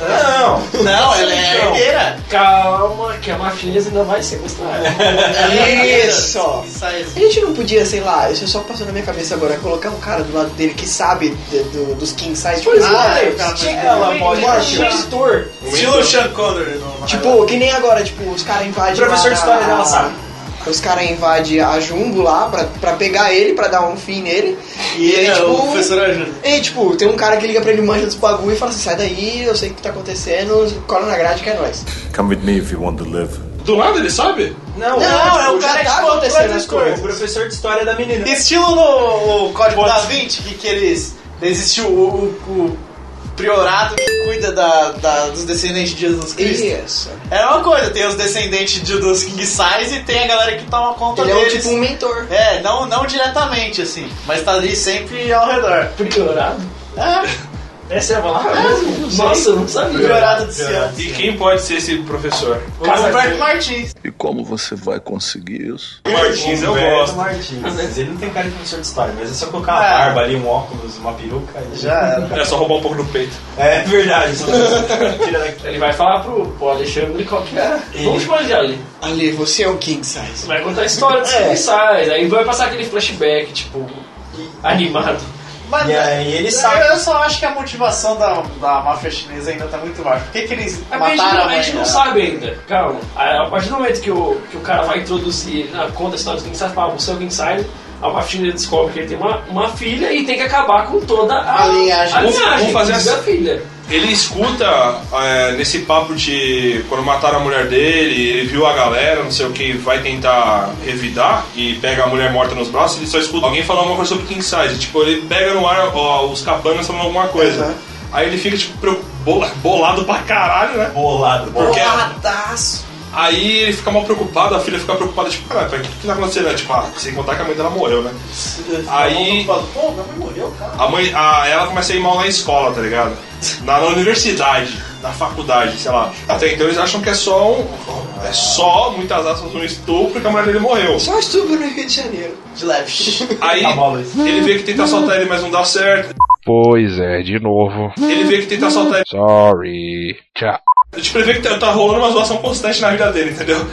B: Não,
C: Não, ela é herdeira.
D: Calma, que a mafinesa ainda vai sequestrada.
C: Ela é herdeira.
G: Isso.
C: Isso aí.
G: A gente não podia, sei lá,
C: é
G: isso só passou na minha cabeça agora, colocar um cara do lado dele que sabe de- do- dos king size. Tipo,
D: Pois
G: ah,
D: é,
G: o cara-
D: tinha que
B: ela
D: ter
B: pode
D: um
B: achar.
D: gestor.
C: Estilo Sean Connery. no-
G: Tipo, que nem agora, tipo, os caras invadem.
B: Professor
G: lá
B: de história
G: a-
B: dela sabe.
G: Os caras invadem a Jumbo lá pra, pra pegar ele, pra dar um fim nele. E ele,
C: É,
G: tipo.
C: o professor ajuda.
G: E tipo, tem um cara que liga pra ele, manja dos bagulho e fala assim: sai daí, eu sei o que tá acontecendo, cola na grade que é nóis.
L: Come with me if you want to live.
I: Do nada ele sabe?
B: não,
G: Não, é um
B: já tá
G: cara que conta
B: acontecendo
G: essas
B: as coisas.
G: coisas.
B: O professor de história da menina.
C: Estilo no o Código da Vinci, que, que eles. Existiu o, o- o priorado que cuida da, da- dos descendentes de Jesus Cristo.
G: Isso.
C: É uma coisa, tem os descendentes de, dos King Size e tem a galera que toma conta
G: Ele é um,
C: deles.
G: tipo um mentor.
C: É, não, não diretamente, assim, mas tá ali sempre ao redor.
D: Priorado?
C: É,
D: Essa é a palavra mesmo? Nossa, eu não sabia.
C: priorado do céu.
I: E quem pode ser esse professor?
D: Casa
C: Humberto Martins.
L: E como você vai conseguir isso?
I: Martins, eu
B: Humberto
I: gosto.
B: É Martins. Mas ele não tem cara de professor de história, mas é só colocar
C: É.
B: uma barba ali, um óculos, uma peruca. e-
C: Já era.
I: É só roubar um pouco do peito.
B: É verdade. só- Tira daqui.
D: Ele vai falar pro, pro Alexandre qual que é.
B: Ele.
D: Vamos chamar de Ali.
G: Ali, você é um king size.
D: Vai contar a história dos
G: É.
D: King Size. Aí vai passar aquele flashback, tipo, animado.
C: Mas, é,
B: E aí ele
C: eu,
B: sabe.
C: eu só acho que a motivação da, da máfia chinesa ainda tá muito baixa. Por que, que eles
D: É porque a gente,
C: mataram
D: não- a
C: mãe
D: gente não
C: dela?
D: sabe ainda. Calma. A a partir do momento que o, que o cara vai introduzir na conta a história do King Size, fala, você é o King Size, a partir dele descobre que ele tem uma, uma filha e tem que acabar com toda a,
G: A linhagem.
D: a
I: Vamos- vamos fazer
D: inclusive
I: assim.
D: a filha.
I: Ele escuta é, nesse papo de quando mataram a mulher dele, ele viu a galera, não sei o que, vai tentar revidar e pega a mulher morta nos braços, ele só escuta alguém falar alguma coisa sobre King Size. Tipo, ele pega no ar ó, os cabanas falando alguma coisa.
G: Uhum.
I: Aí ele fica, tipo, preu- bola- bolado pra caralho, né?
B: Bolado, bolado.
I: Porque
C: Porradaço.
B: Aí ele fica mal preocupado, a filha fica preocupada, tipo, caralho, pai, o que, que tá acontecendo? Aí, Tipo, ah, sem contar que a mãe dela morreu, né? Aí.
C: Pô, minha mãe morreu, cara.
B: A mãe, a, ela começa a ir mal na escola, tá ligado? Na, na universidade, na faculdade, sei lá. Até então eles acham que é só um. É só, muitas aspas, um estupro que a mulher dele morreu.
J: Só estupro no Rio de Janeiro.
C: De leve. Tá
B: Aí ele vê que tenta assaltar ele, mas não dá certo.
A: Pois é, de novo.
B: Ele vê que tenta assaltar ele.
A: Sorry. Tchau.
B: Tipo, ele vê que tá, tá rolando uma zoação constante na vida dele, entendeu?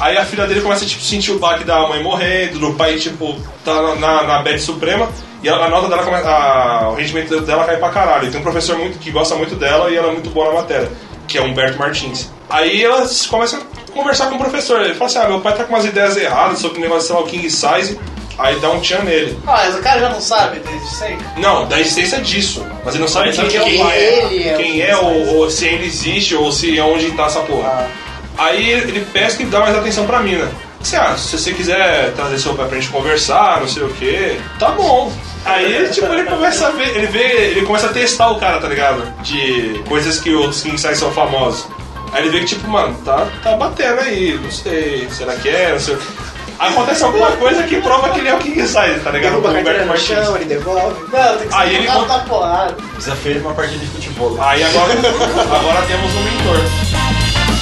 B: Aí a filha dele começa a tipo, sentir o baque da mãe morrendo, do pai, tipo, tá na, na, na bad suprema, e ela- a nota dela começa. a- o rendimento dela cai pra caralho. E tem um professor muito, que gosta muito dela e ela é muito boa na matéria, que é o Humberto Martins. Aí ela s- começa a conversar com o professor, ele fala assim, ah, meu pai tá com umas ideias erradas sobre o negócio, sei lá, o King Size, aí dá um tchan nele.
C: Ah, mas o cara já não sabe desde sempre.
B: Não, dá existência disso, mas ele não sabe
C: Mas
B: quem,
C: ele é o
B: quem
C: pai, ele
B: é,
C: é o
B: quem
C: que
B: é, ou, ou se ele existe, ou se é onde tá essa porra. Aí ele pesca e dá mais atenção pra mina. Assim, ah, se você quiser trazer seu pai pra gente conversar, não sei o que, tá bom. Aí, tipo, ele começa a ver, ele vê, ele começa a testar o cara, tá ligado? De coisas que outros King Size são famosos. Aí ele vê que, tipo, mano, tá, tá batendo aí, não sei, será que é, não sei o que. Acontece alguma coisa que prova que ele é o King Size, tá ligado?
J: Derruba a
B: O Humberto
J: carteira no
B: Martins.
J: chão, ele devolve.
C: Não, tem que
B: Aí
C: ser
B: ele
C: o cara
B: conta-
C: tá porrada.
H: Desafio de uma partida de futebol.
B: Aí agora, agora temos um mentor.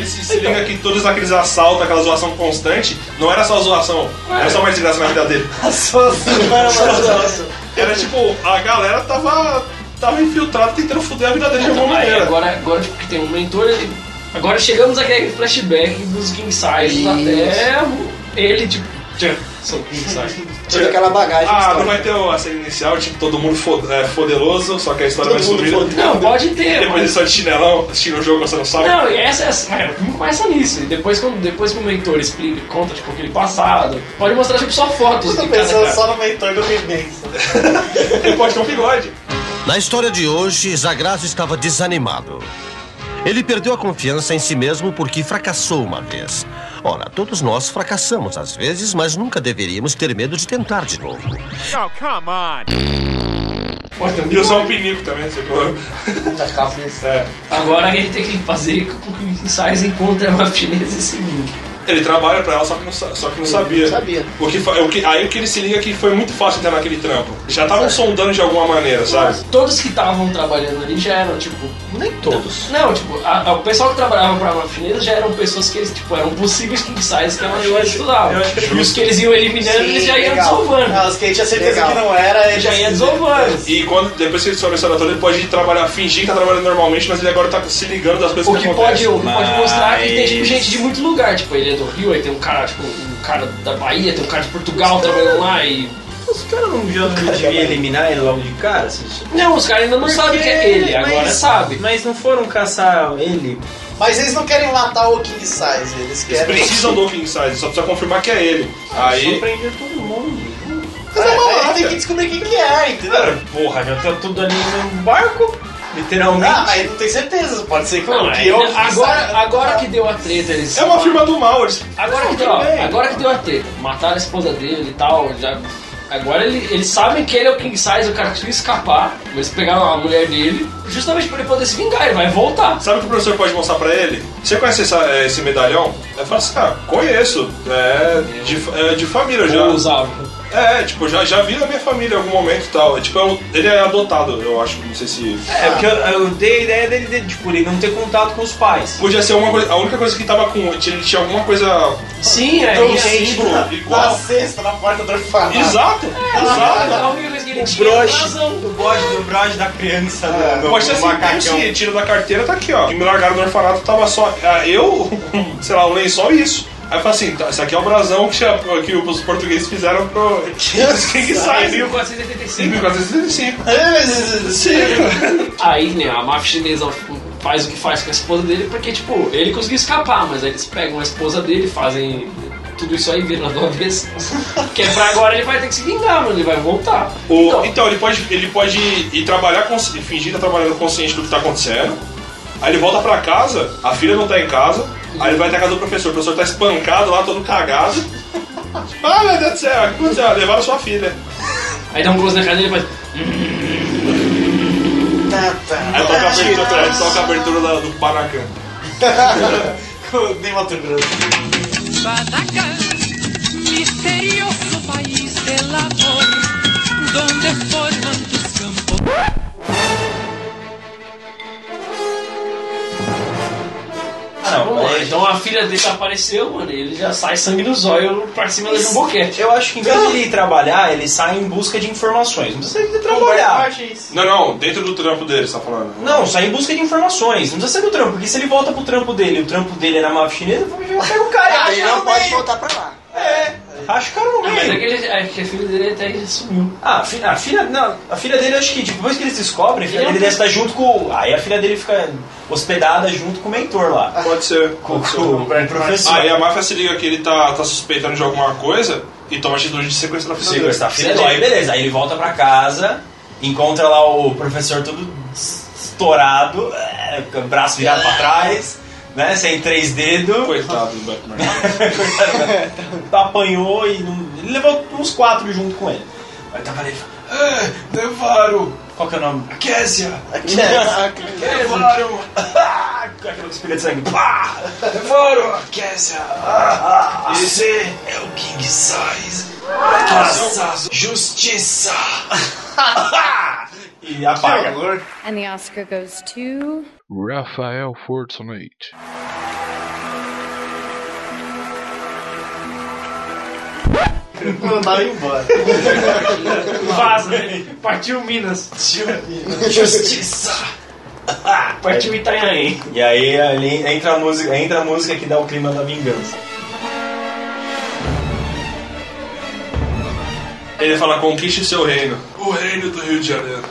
B: E se, se liga que todos aqueles assaltos, aquela zoação constante, não era só zoação, era só mais desgraça na vida dele. Era tipo, a galera tava, tava infiltrada tentando foder a vida dele de alguma
D: Aí,
B: maneira.
D: agora, agora tipo, que tem um mentor, ele- agora chegamos àquele flashback dos King Size até ele, tipo, tchan, sou King Size.
J: Toda aquela bagagem
B: Ah, não
J: histórica.
B: vai ter a cena inicial, tipo, todo mundo fo- é, foderoso, só que a história
J: Todo
B: vai
J: mundo
B: subindo.
J: foderoso.
D: Não, pode
B: E
D: ter.
B: depois ele
D: mas-
B: só de chinelão, tira o jogo, você não sabe.
D: Não, e essa, essa é, o filme começa nisso. E depois, quando, depois que o mentor explica, conta tipo, aquele passado, pode mostrar tipo, só fotos
C: Eu
D: de
C: tô
D: cada
C: pensando
D: cara.
C: só no mentor do Vivença.
B: Ele pode ter um bigode.
M: Na história de hoje, Zagrasso estava desanimado. Ele perdeu a confiança em si mesmo porque fracassou uma vez. Ora, todos nós fracassamos às vezes, mas nunca deveríamos ter medo de tentar de novo.
I: Oh, come on.
B: E usar um pinico também, você falou. É.
D: Agora ele tem que fazer com que o King Size encontre uma chinesa e se ligue.
B: Ele trabalha pra ela, só que não, sa- só que não sabia.
C: sabia.
B: O que, fa- o que, aí o que ele se liga é que foi muito fácil entrar naquele trampo. Já estavam sondando de alguma maneira, sabe?
D: Todos que estavam trabalhando ali já eram, tipo. Nem todos. Não, tipo, a- a- o pessoal que trabalhava pra uma chinesa já eram pessoas que eles, tipo, eram possíveis king size que elas já estudavam. E os que eles iam eliminando, eles já iam desovando.
C: Ah, os que a gente tinha certeza
D: Legal.
C: que não era, ele
D: Já ia desovando.
B: E quando, depois que ele sobe a história toda, ele pode ir trabalhar, fingir que tá trabalhando normalmente, mas ele agora tá se ligando das coisas
D: O que pode,
B: acontecem.
D: o que pode mostrar que tem tipo,
H: Mas-
D: gente de muito lugar. Tipo, ele é do Rio, aí tem um cara, tipo, um cara da Bahia, tem um cara de Portugal trabalhando lá e.
H: Os caras não já não deviam eliminar ele logo de cara? Assim,
D: Não, os caras ainda não sabem que é ele, agora sabe.
H: Mas não foram caçar ele.
C: Mas eles não querem matar o King Size, eles
B: Eles
C: querem.
B: precisam do King Size, só precisa confirmar que é ele. Aí.
H: Surpreender todo mundo.
C: Mas é uma
B: É,
C: hora,
B: é,
C: tem que
B: cara.
C: descobrir quem que é, entendeu?
B: Cara,
H: Porra, já tá tudo ali no barco. Literalmente.
C: Ah, mas não tem certeza, pode ser que
D: Não,
C: que eu.
D: ainda- agora,
B: Tá
D: agora que deu a treta, eles.
B: É uma firma do mal, eles-
D: Agora que, deu, ó, agora que deu a treta, mataram a esposa dele e tal, já. Agora ele, eles sabem que ele é o King Size, o cara conseguiu escapar, mas pegaram a mulher dele, justamente pra ele poder se vingar, ele vai voltar.
B: Sabe o que o professor pode mostrar pra ele? Você conhece essa- é, esse medalhão? Ele fala assim, ah, conheço. É de, fa- é de família já.
D: Vou usar.
B: É, tipo, já, já vi na minha família em algum momento e tal. É, tipo, é um- ele é adotado, eu acho, não sei se.
H: É, porque eu, eu dei a ideia dele, dele, tipo, ele não ter contato com os pais.
B: Podia ser uma coisa. A única coisa que tava com. Ele tinha alguma coisa.
D: Sim, é
B: Então,
D: isso.
B: sim,
C: na,
B: bro,
C: na
B: igual.
C: sexta, na porta do
H: Ah.
C: orfanato.
B: Exato!
D: A
H: É.
B: Exato!
D: única coisa que ele
H: O
D: tinha era
H: broche,
D: razão.
H: o bode do broche da criança, do, do,
B: Pode ser
H: do
B: assim, tem
H: Um macacão.
B: esse tiro da carteira, tá aqui, ó. Que me largaram no orfanato, tava só. ah, Eu, sei lá, um lençol e isso. Aí eu falo assim, tá, isso aqui é o brasão que, tinha- que os portugueses fizeram pro. Quem que sai, viu?
D: 1485.
B: 1465.
D: Aí, né, a máfia chinesa faz o que faz com a esposa dele, porque, tipo, ele conseguiu escapar, mas aí eles pegam a esposa dele, fazem tudo isso aí, viram de uma vez. que é pra agora ele vai ter que se vingar, mano, ele vai voltar.
B: O-
D: Então,
B: então, ele pode, ele pode ir trabalhar, consci- fingir que tá trabalhando consciente do que tá acontecendo. Aí ele volta pra casa, a filha não tá em casa. Aí ele vai até a casa do professor. O professor tá espancado lá, todo cagado. ah, meu Deus do céu, o que aconteceu? Ah, Levaram sua filha.
D: aí dá um close na cara dele e faz. "Hum,
C: Tá,
B: Aí toca a abertura, aí toca a abertura da- do Paracan.
C: Nem Mato Grosso.
I: Batacán, misterioso país del amor, donde forman tus campos.
D: Ah, não, mano, então a filha dele apareceu, mano, e ele já sai sangue no zóio pra cima da Jumboquete.
H: Eu acho que em vez de ele ir trabalhar, ele sai Tá em busca de informações. Não precisa ele trabalhar.
B: Não, não, dentro do trampo dele, você tá falando.
H: Não, sai em busca de informações. Não precisa ser no trampo, porque se ele volta pro trampo dele e o trampo dele é na máfia chinesa, pega o cara e
J: Aí
H: acha
J: não
H: no
B: um
J: pode
H: meio.
J: voltar pra lá.
H: acho que o cara no
D: Ah, mas é
H: meio.
D: que, ele, é que a filha dele até que sumiu.
H: Ah, a fi- a filha, não, a filha dele, acho que depois que eles descobrem, a filha
D: Ele é um
H: dele deve estar junto com. Aí a filha dele fica hospedada junto com o mentor lá.
B: Pode ser.
H: Com, com o professor.
B: Aí a máfia se liga que ele tá, tá suspeitando de alguma coisa e toma atitude de sequestrar a filha
H: Sequestra a filha dele,
B: Aí-
H: beleza. Aí ele volta pra casa, encontra lá o professor todo es- estourado, é, com o braço virado pra trás, né? Sem três dedos.
B: Coitado do Batman.
H: Apanhou e não- ele levou uns quatro junto com ele. Aí tava ali e fala, "Ah, Devaro! Qual que é o nome? Késia!
J: Késia.
H: Devaro! Ah, com Aquela espelha de sangue. Pá! Devaro! Késia! Ah, ah, Você é o King Size! Faça justiça! e apaga.
N: And the Oscar goes to.
A: Rafael Fortunate.
C: Mandaram embora.
D: Vaza, né? Partiu Minas.
H: Justiça!
D: Partiu Itanhaém.
H: E aí ele entra a música, entra a música que dá o clima da vingança.
B: Ele fala: conquiste seu reino. O reino do Rio de Janeiro.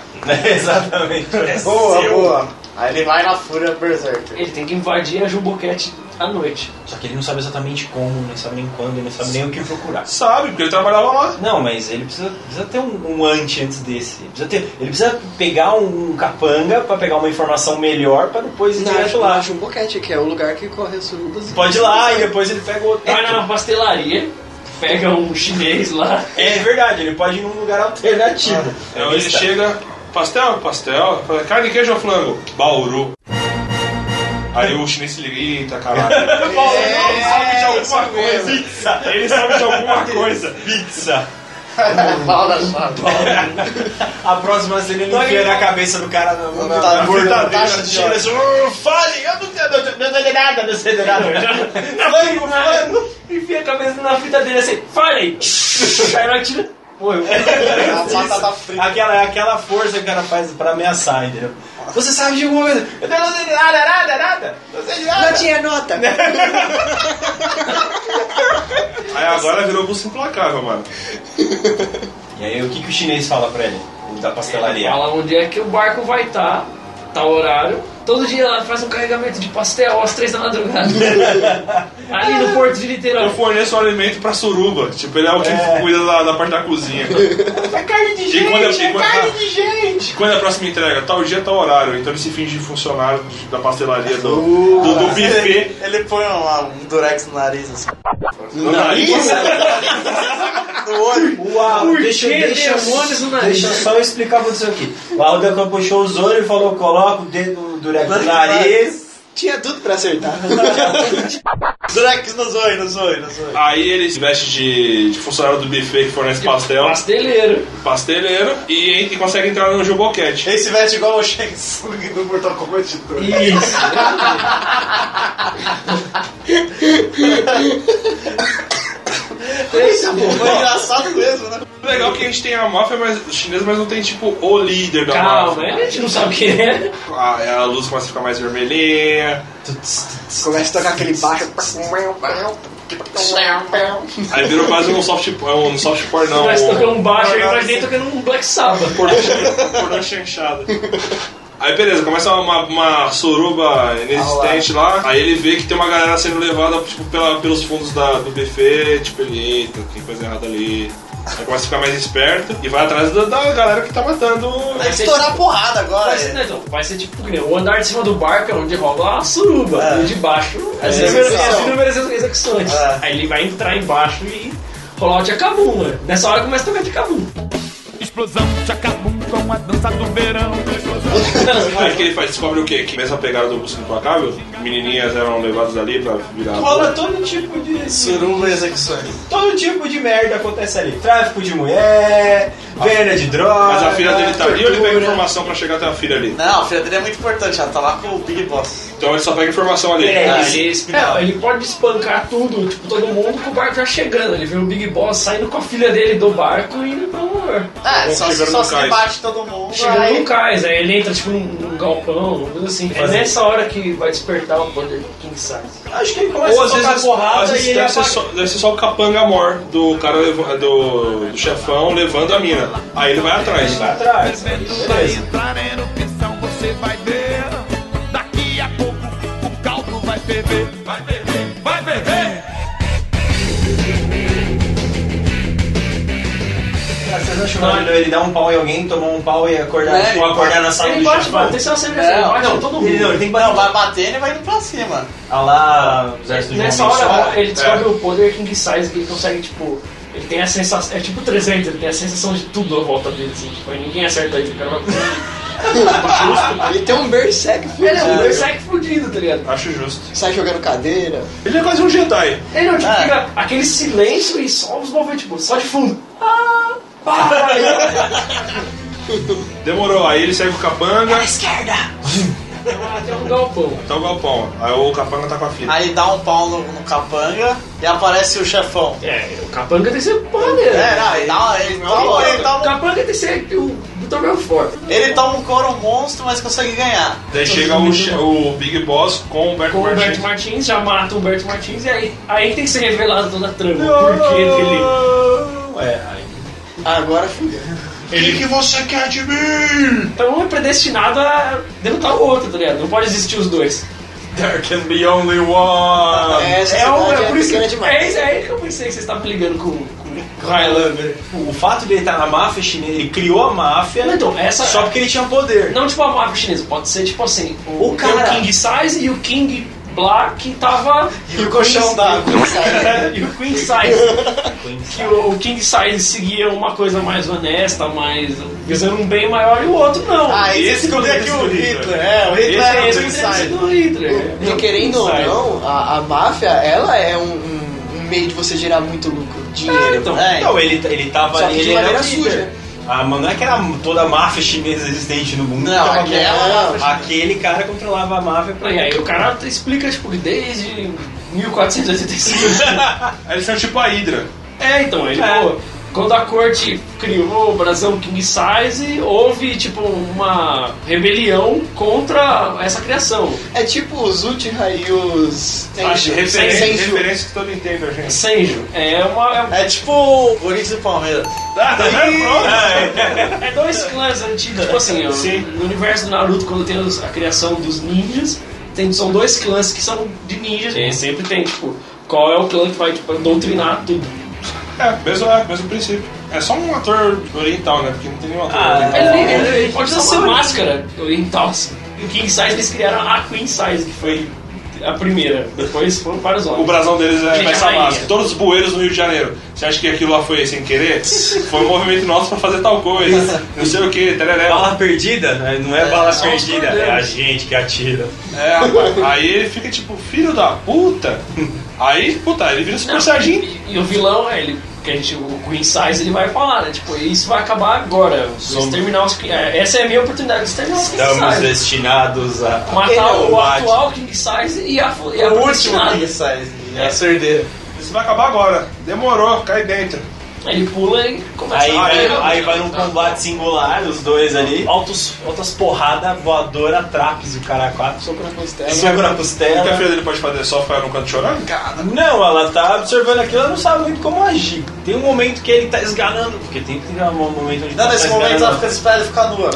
H: Exatamente.
C: boa, boa. Aí ele vai na fúria Berserker.
D: Ele tem que invadir a Jumboquete à noite.
H: Só que ele não sabe exatamente como, não sabe nem quando, não sabe nem o que procurar.
B: Sabe, porque ele trabalhava lá.
H: Não, mas ele precisa, precisa ter um, um ante antes desse. Precisa ter- ele precisa pegar um capanga pra pegar uma informação melhor pra depois ir direto lá.
J: acho um boquete, que é o lugar que corre as surudas.
H: Pode ir lá e depois ele pega outro.
D: Vai na pastelaria, pega um chinês lá.
H: É verdade, ele pode ir num lugar alternativo.
B: Aí ele chega: pastel, pastel. Fala, Carne, queijo ou flango? Bauru. Aí o chinês se liga: eita caralho.
I: Ele
H: É,
I: sabe de alguma coisa.
H: Pizza!
B: Ele sabe de
H: É
B: alguma coisa.
H: Pizza!
C: Pau na chave.
H: A próxima cena ele enfia na cabeça do cara na, na,
C: Tá,
H: na
C: verdadeira
H: taxa de
C: senhora.
H: China, assim, "Uh, Fale! Eu não sei, eu não sei nada, não sei nada. Fale, fale.
D: Enfia a cabeça na fita dele assim, falei! Aí ela tira, morreu.
C: A
H: tá
C: batata frita.
H: Aquela, aquela força que o cara faz pra ameaçar, entendeu? Você sabe de alguma coisa? Eu não sei de nada, nada, nada. Não sei de nada.
J: Não tinha nota.
B: Aí agora virou busca implacável, mano.
H: E aí, o que, que o chinês fala pra ele? O da pastelaria.
D: Fala onde é que o barco vai estar, tá, tal horário. Todo dia ela faz um carregamento de pastel às três da madrugada. Ali no porto de
B: Eu
D: Literal.
B: forneço o alimento pra suruba. Tipo, ele é o que
H: É.
B: cuida da, da parte da cozinha.
H: É carne de
B: E quando eu-
H: gente, é carne de gente.
B: Quando é a próxima entrega? Tal dia, tal horário. Então ele se finge de funcionário de- da pastelaria do, do, do buffet.
C: Ele, ele põe um, um durex no nariz assim.
B: No nariz?
C: No olho.
H: Uau,
D: Por
H: deixa,
D: que
H: deixa,
D: demônios no nariz?
H: deixa só eu explicar pra você aqui. O Aldecan puxou os olhos e falou: coloca o dedo do nariz.
J: Tinha tudo pra acertar.
C: Durex no zoio, no zoio, no zoio.
B: Aí ele se veste de, de funcionário do buffet que fornece pastel,
D: Pasteleiro.
B: pasteleiro, e, en- e consegue entrar no Juboquete.
C: Ele se veste igual o Shang Tsung do Mortal Kombat 2.
D: Isso. né?
C: Foi engraçado mesmo, né?
B: É Legal que a gente tem a máfia mas, chinesa, mas não tem tipo o líder da
D: Calma,
B: máfia.
D: né?
B: Ah,
D: a gente não sabe quem é.
B: A, a luz começa a ficar mais vermelhinha.
J: Começa a tocar aquele baixo.
B: Aí virou quase um soft, um soft porn, não.
D: Nós tocando um baixo aí,
B: Não,
D: nós nem tocando um Black Sabbath.
B: Pornô chan- pornô chanchada. Aí beleza, começa uma, uma suruba inexistente lá. Aí ele vê que tem uma galera sendo levada tipo, pela, pelos fundos da- do buffet. Tipo, ele, eita, tem coisa errada ali. Aí começa a ficar mais esperto e vai atrás da, da galera que tá matando.
C: Tem que estourar a porrada agora.
D: Vai ser,
C: É.
D: né, então, vai ser tipo que nem o andar de cima do barco é onde rola a suruba. E o de baixo é
C: É,
D: as inúmeras-
C: execução.
D: as inúmeras execuções.
C: É.
D: Aí ele vai entrar embaixo e rolar o Tchacabum, né? Nessa hora começa a tocar Tchacabum.
I: Explosão, chacabum, com a dança do verão.
B: Aí que ele faz, descobre o quê? Que mesmo a pegada do Busca Implacável, menininhas eram levadas ali pra virar...
H: Rola todo tipo de.
C: Suruba e execuções.
H: Todo tipo de merda acontece ali. Tráfico de mulher, venda de droga.
B: Mas a filha dele tá ali ou ele pega
H: tortura.
B: informação pra chegar até a filha ali?
C: Não, a filha dele é muito importante, ela tá lá com o Big Boss.
B: Então ele só pega informação ali.
D: É, ele pode espancar tudo, tipo, todo mundo com o barco já chegando. Ele vê o Big Boss saindo com a filha dele do barco e indo pra um lugar.
C: É, só, só se bate todo mundo.
D: Chegando
C: aí-
D: num cais, aí ele entra tipo num, num galpão, uma coisa assim. É
H: Fazer-
D: nessa hora que vai despertar o poder do King Size.
H: Acho que ele começa
B: Ou
H: a
B: às
H: tocar
B: vezes, às
H: porrada
B: vezes
H: e ele
B: deve, ser
H: apaga.
B: só, deve ser só o capanga mor do cara leva- do, do chefão levando a mina. Aí ele vai atrás. Vai
H: atrás.
I: Entrarem no pensão, você vai ver. Daqui a pouco o caldo vai ferver. Vai ferver, vai ferver.
H: Ah, Vocês acham maravilhoso ele dar um pau em alguém, tomar um pau e acordar,
C: É,
H: tipo, acordar na sala
D: ele
H: do
D: bate,
H: chefão?
D: mano, tem que ser uma sempre assim,
C: Não,
D: bate
C: não,
D: em todo mundo.
H: Ele não, ele tem que
C: Não,
H: bater. um
C: vai batendo e vai indo pra cima.
H: Ah lá, os exércitos de
D: Nessa
H: homens
D: hora
H: só.
D: ele descobre
H: É.
D: o poder King Size que ele consegue, tipo. Ele tem a sensação. É tipo 300, ele tem a sensação de tudo à volta dele, assim. Tipo, aí ninguém acerta ele, o cara vai
J: Ele tem um berserk fudido.
D: Ele é um berserk fudido, tá ligado?
B: Acho justo.
J: Sai jogando cadeira.
B: Ele é quase um Jedi.
D: Ele não, tipo,
J: É.
D: fica aquele silêncio e só os movimentos, tipo, só de fundo. Ah, pá!
B: Demorou, aí ele segue o capanga.
C: esquerda!
D: Até um galpão.
B: Tá o galpão. Aí o capanga tá com a filha.
C: Aí dá um pau no, no capanga e aparece o chefão.
D: É, o capanga tem que ser maneiro.
C: É, não, ele dá, ele
J: Tá
C: toma, ele
J: então.
D: O
C: toma,
D: capanga tem que tá, ser o Vitor Belfort.
C: ele toma um couro monstro, mas consegue ganhar.
B: Daí chega o, che- o Big Boss com o Humberto
D: Com o Humberto
B: Martins.
D: Martins, já mata o Humberto Martins e aí, aí tem que ser revelado toda a trama. O porquê dele.
C: Agora fudeu.
B: Ele que você quer de mim?
D: Então um é predestinado a derrotar o outro, tá ligado? Não pode existir os dois.
B: There can be only one.
D: É, o, é por isso que
J: pequena demais.
D: É, isso- é aí que eu pensei que vocês estavam ligando com, com com Highlander.
H: Highlander. O fato de ele estar na máfia chinesa, ele criou a máfia
D: Não, então, essa-
H: só porque ele tinha poder.
D: Não tipo a máfia chinesa, pode ser tipo assim, o,
H: O cara-
D: tem o King Size e o King Black tava.
C: E o colchão d'água.
D: e o Queen Size. que o, o King Size seguia uma coisa mais honesta, mais. visando um bem maior e o outro não.
C: Aí você
B: Esse
C: descobriu
B: poder
C: que
B: do
C: o
B: Hitler.
C: Hitler, é, o Hitler
D: Esse
C: Ah, era
D: é
C: o
D: esse
C: Twin
D: que tem
C: Side.
D: sido Hitler.
J: E querendo ou não, a, a máfia, ela é um, um- um meio de você gerar muito lucro, dinheiro.
D: então.
J: É,
H: Não, ele, ele tava
J: Só que
H: ali,
J: de
H: ele era
J: maneira
H: líder.
J: suja.
H: Ah, mas não é que era toda a máfia chinesa existente no mundo.
C: Não,
H: tava
C: aquela-
H: bom. aquele cara controlava a máfia pra
D: E aí o cara explica, tipo, que desde 1485.
B: Aí eles são tipo a Hydra.
D: É, então, ele,
H: É.
D: pô, quando a corte criou o brasão King Size, houve, tipo, uma rebelião contra essa criação.
J: é tipo os Uchiha e os...
B: Acho
J: Senju.
B: referência,
J: Senju.
B: referência que todo entende, gente.
D: Senjo. É uma... É,
C: É tipo o Corinthians e o Palmeiras.
B: Ah, tá vendo? Pronto.
D: é dois clãs antigos, tipo assim, ó, no universo do Naruto, quando tem os- a criação dos ninjas, tem, são dois clãs que são de ninjas, e sempre tem, tipo, qual é o clã que vai, tipo, doutrinar tudo.
B: É, mesmo, é, mesmo princípio. É só um ator oriental, né? Porque não tem nenhum ator oriental.
D: Ah, Ele, ele- ele pode usar essa máscara oriental. assim. E o King Size, eles criaram a Queen Size, que foi a primeira. Depois foram vários
B: O
D: homens.
B: brasão deles é
D: Gente,
B: mais
D: a rainha.
B: máscara. Todos os bueiros no Rio de Janeiro. Você acha que aquilo lá foi sem querer? foi um movimento nosso pra fazer tal coisa. não sei o que, tereré.
H: Bala perdida? né? Não é bala
D: são os
H: perdida, é a
D: problemas.
H: gente que atira.
B: É, rapaz. Aí ele fica tipo, filho da puta. Aí, puta, ele vira Super Saiyajin.
D: E, e o vilão, é, ele, que a gente, o Queen Size, ele vai falar, né? Tipo, isso vai acabar agora. Vamos Exterminar os, Queen- é, essa é a minha oportunidade de exterminar os King
H: Estamos
D: Size.
H: destinados a.
D: Matar
H: Ele é
D: o,
H: o
D: atual King Size e a, e a
C: O último
D: predestinada.
C: Corinthians Size. É a cerdeira.
B: Isso vai acabar agora. Demorou, cai dentro.
D: Ele pula e começa
H: Aí,
D: a
H: aí, aí vai num combate singular, os dois ali. Altos, altas porradas, voadora, traps e o cara a quatro.
J: Soco na costela.
H: Soco na
B: O que a filha
H: costela.
B: dele pode fazer? Só ficar no canto chorando?
H: Não, ela tá absorvendo aquilo, ela não sabe muito como agir. Tem um momento que ele tá esganando, porque tem que ter um momento onde
C: Não,
H: ele
C: nesse
H: tá
C: momento ela
H: esganando.
C: fica esperando e fica nua.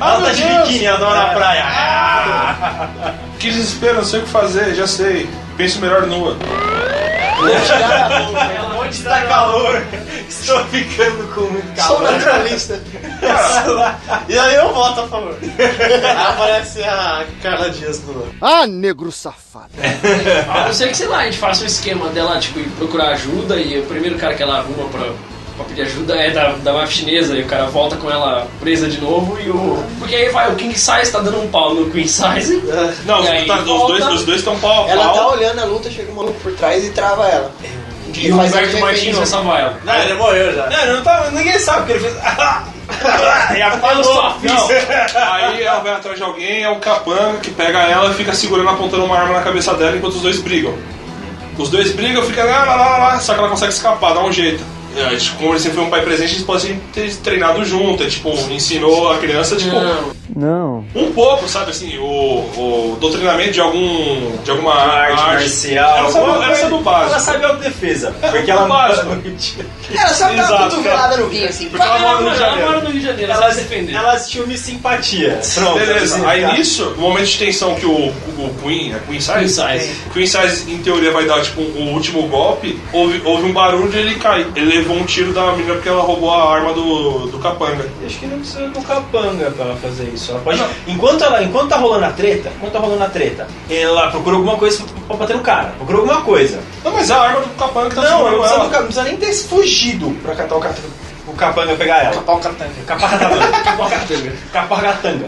H: Ela tá de biquíni, ela tá na praia.
B: Que desespero, não sei o que fazer, já sei. Penso melhor nua.
D: Ela pode
H: Tá
D: estragar
H: calor, estou ficando com muito
C: Sou
H: calor.
C: naturalista. E aí eu voto a favor. Aí aparece a Carla Dias no.
E: Ah, negro safado.
D: A não ser que, sei lá, a gente faça um esquema dela, tipo, ir procurar ajuda e o primeiro cara que ela arruma pra pra pedir ajuda é da, da máfia chinesa e o cara volta com ela presa de novo e o. Porque aí vai, o King Size tá dando um pau no Queen Size.
I: Não,
D: e aí
I: tá- os dois-
D: volta.
I: os dois tão pau a
O: Ela
I: pau.
O: tá olhando a luta, chega um maluco por trás e trava ela.
D: E o
O: faz ela de
D: Roberto
O: repente
D: Martins vai
O: de novo.
D: salvar ela.
O: Não, ele morreu já.
I: Não, não tá, ninguém sabe o que ele fez. e
D: Eu só fiz.
I: Aí ela vai atrás de alguém, é
B: um
I: o capanga que pega ela e fica segurando, apontando uma arma na cabeça dela enquanto os dois brigam. Os dois brigam, fica lá, lá, lá, lá, só que ela consegue escapar, dá um jeito. É, a gente, Como ele sempre foi um pai presente, eles podem ter treinado junto, é, tipo, ensinou a criança, tipo,
P: Não.
I: um pouco, sabe assim, o, o doutrinamento de algum. de alguma
B: arte marcial.
I: Ela sabe, ela sabe o básico. É
B: Ela sabe a defesa.
I: o
B: Porque ela
I: básico.
O: Ela só dá uma
B: Exato,
O: cotovelada
B: cara.
O: no vinho, assim.
B: Porque ela mora no Rio de Janeiro.
D: Janeiro,
B: ela, ela assistiu Miss Simpatia. Pronto.
I: Beleza,
B: assim,
I: aí
B: tá.
I: nisso, no momento de tensão que o, o Queen, é Queen Size?
D: Queen Size.
I: Queen Size, em teoria, vai dar tipo o último golpe, houve, houve um barulho e ele cai. Ele levou um tiro da menina porque ela roubou a arma do, do capanga.
B: Acho que não precisa do capanga pra ela fazer isso. Ela pode. Enquanto, ela, enquanto tá rolando a treta, enquanto tá rolando a treta, ela procura alguma coisa pra bater no cara. Procura alguma coisa.
I: Não, mas é a arma do capanga tá
B: Não,
I: segurando
B: não precisa,
I: ela.
B: do, ca- não precisa nem ter fugido pra catar o capanga. O capanga pegar ela.
C: Capar o catanga.
B: Capargatanga. Capargatanga. Capargatanga.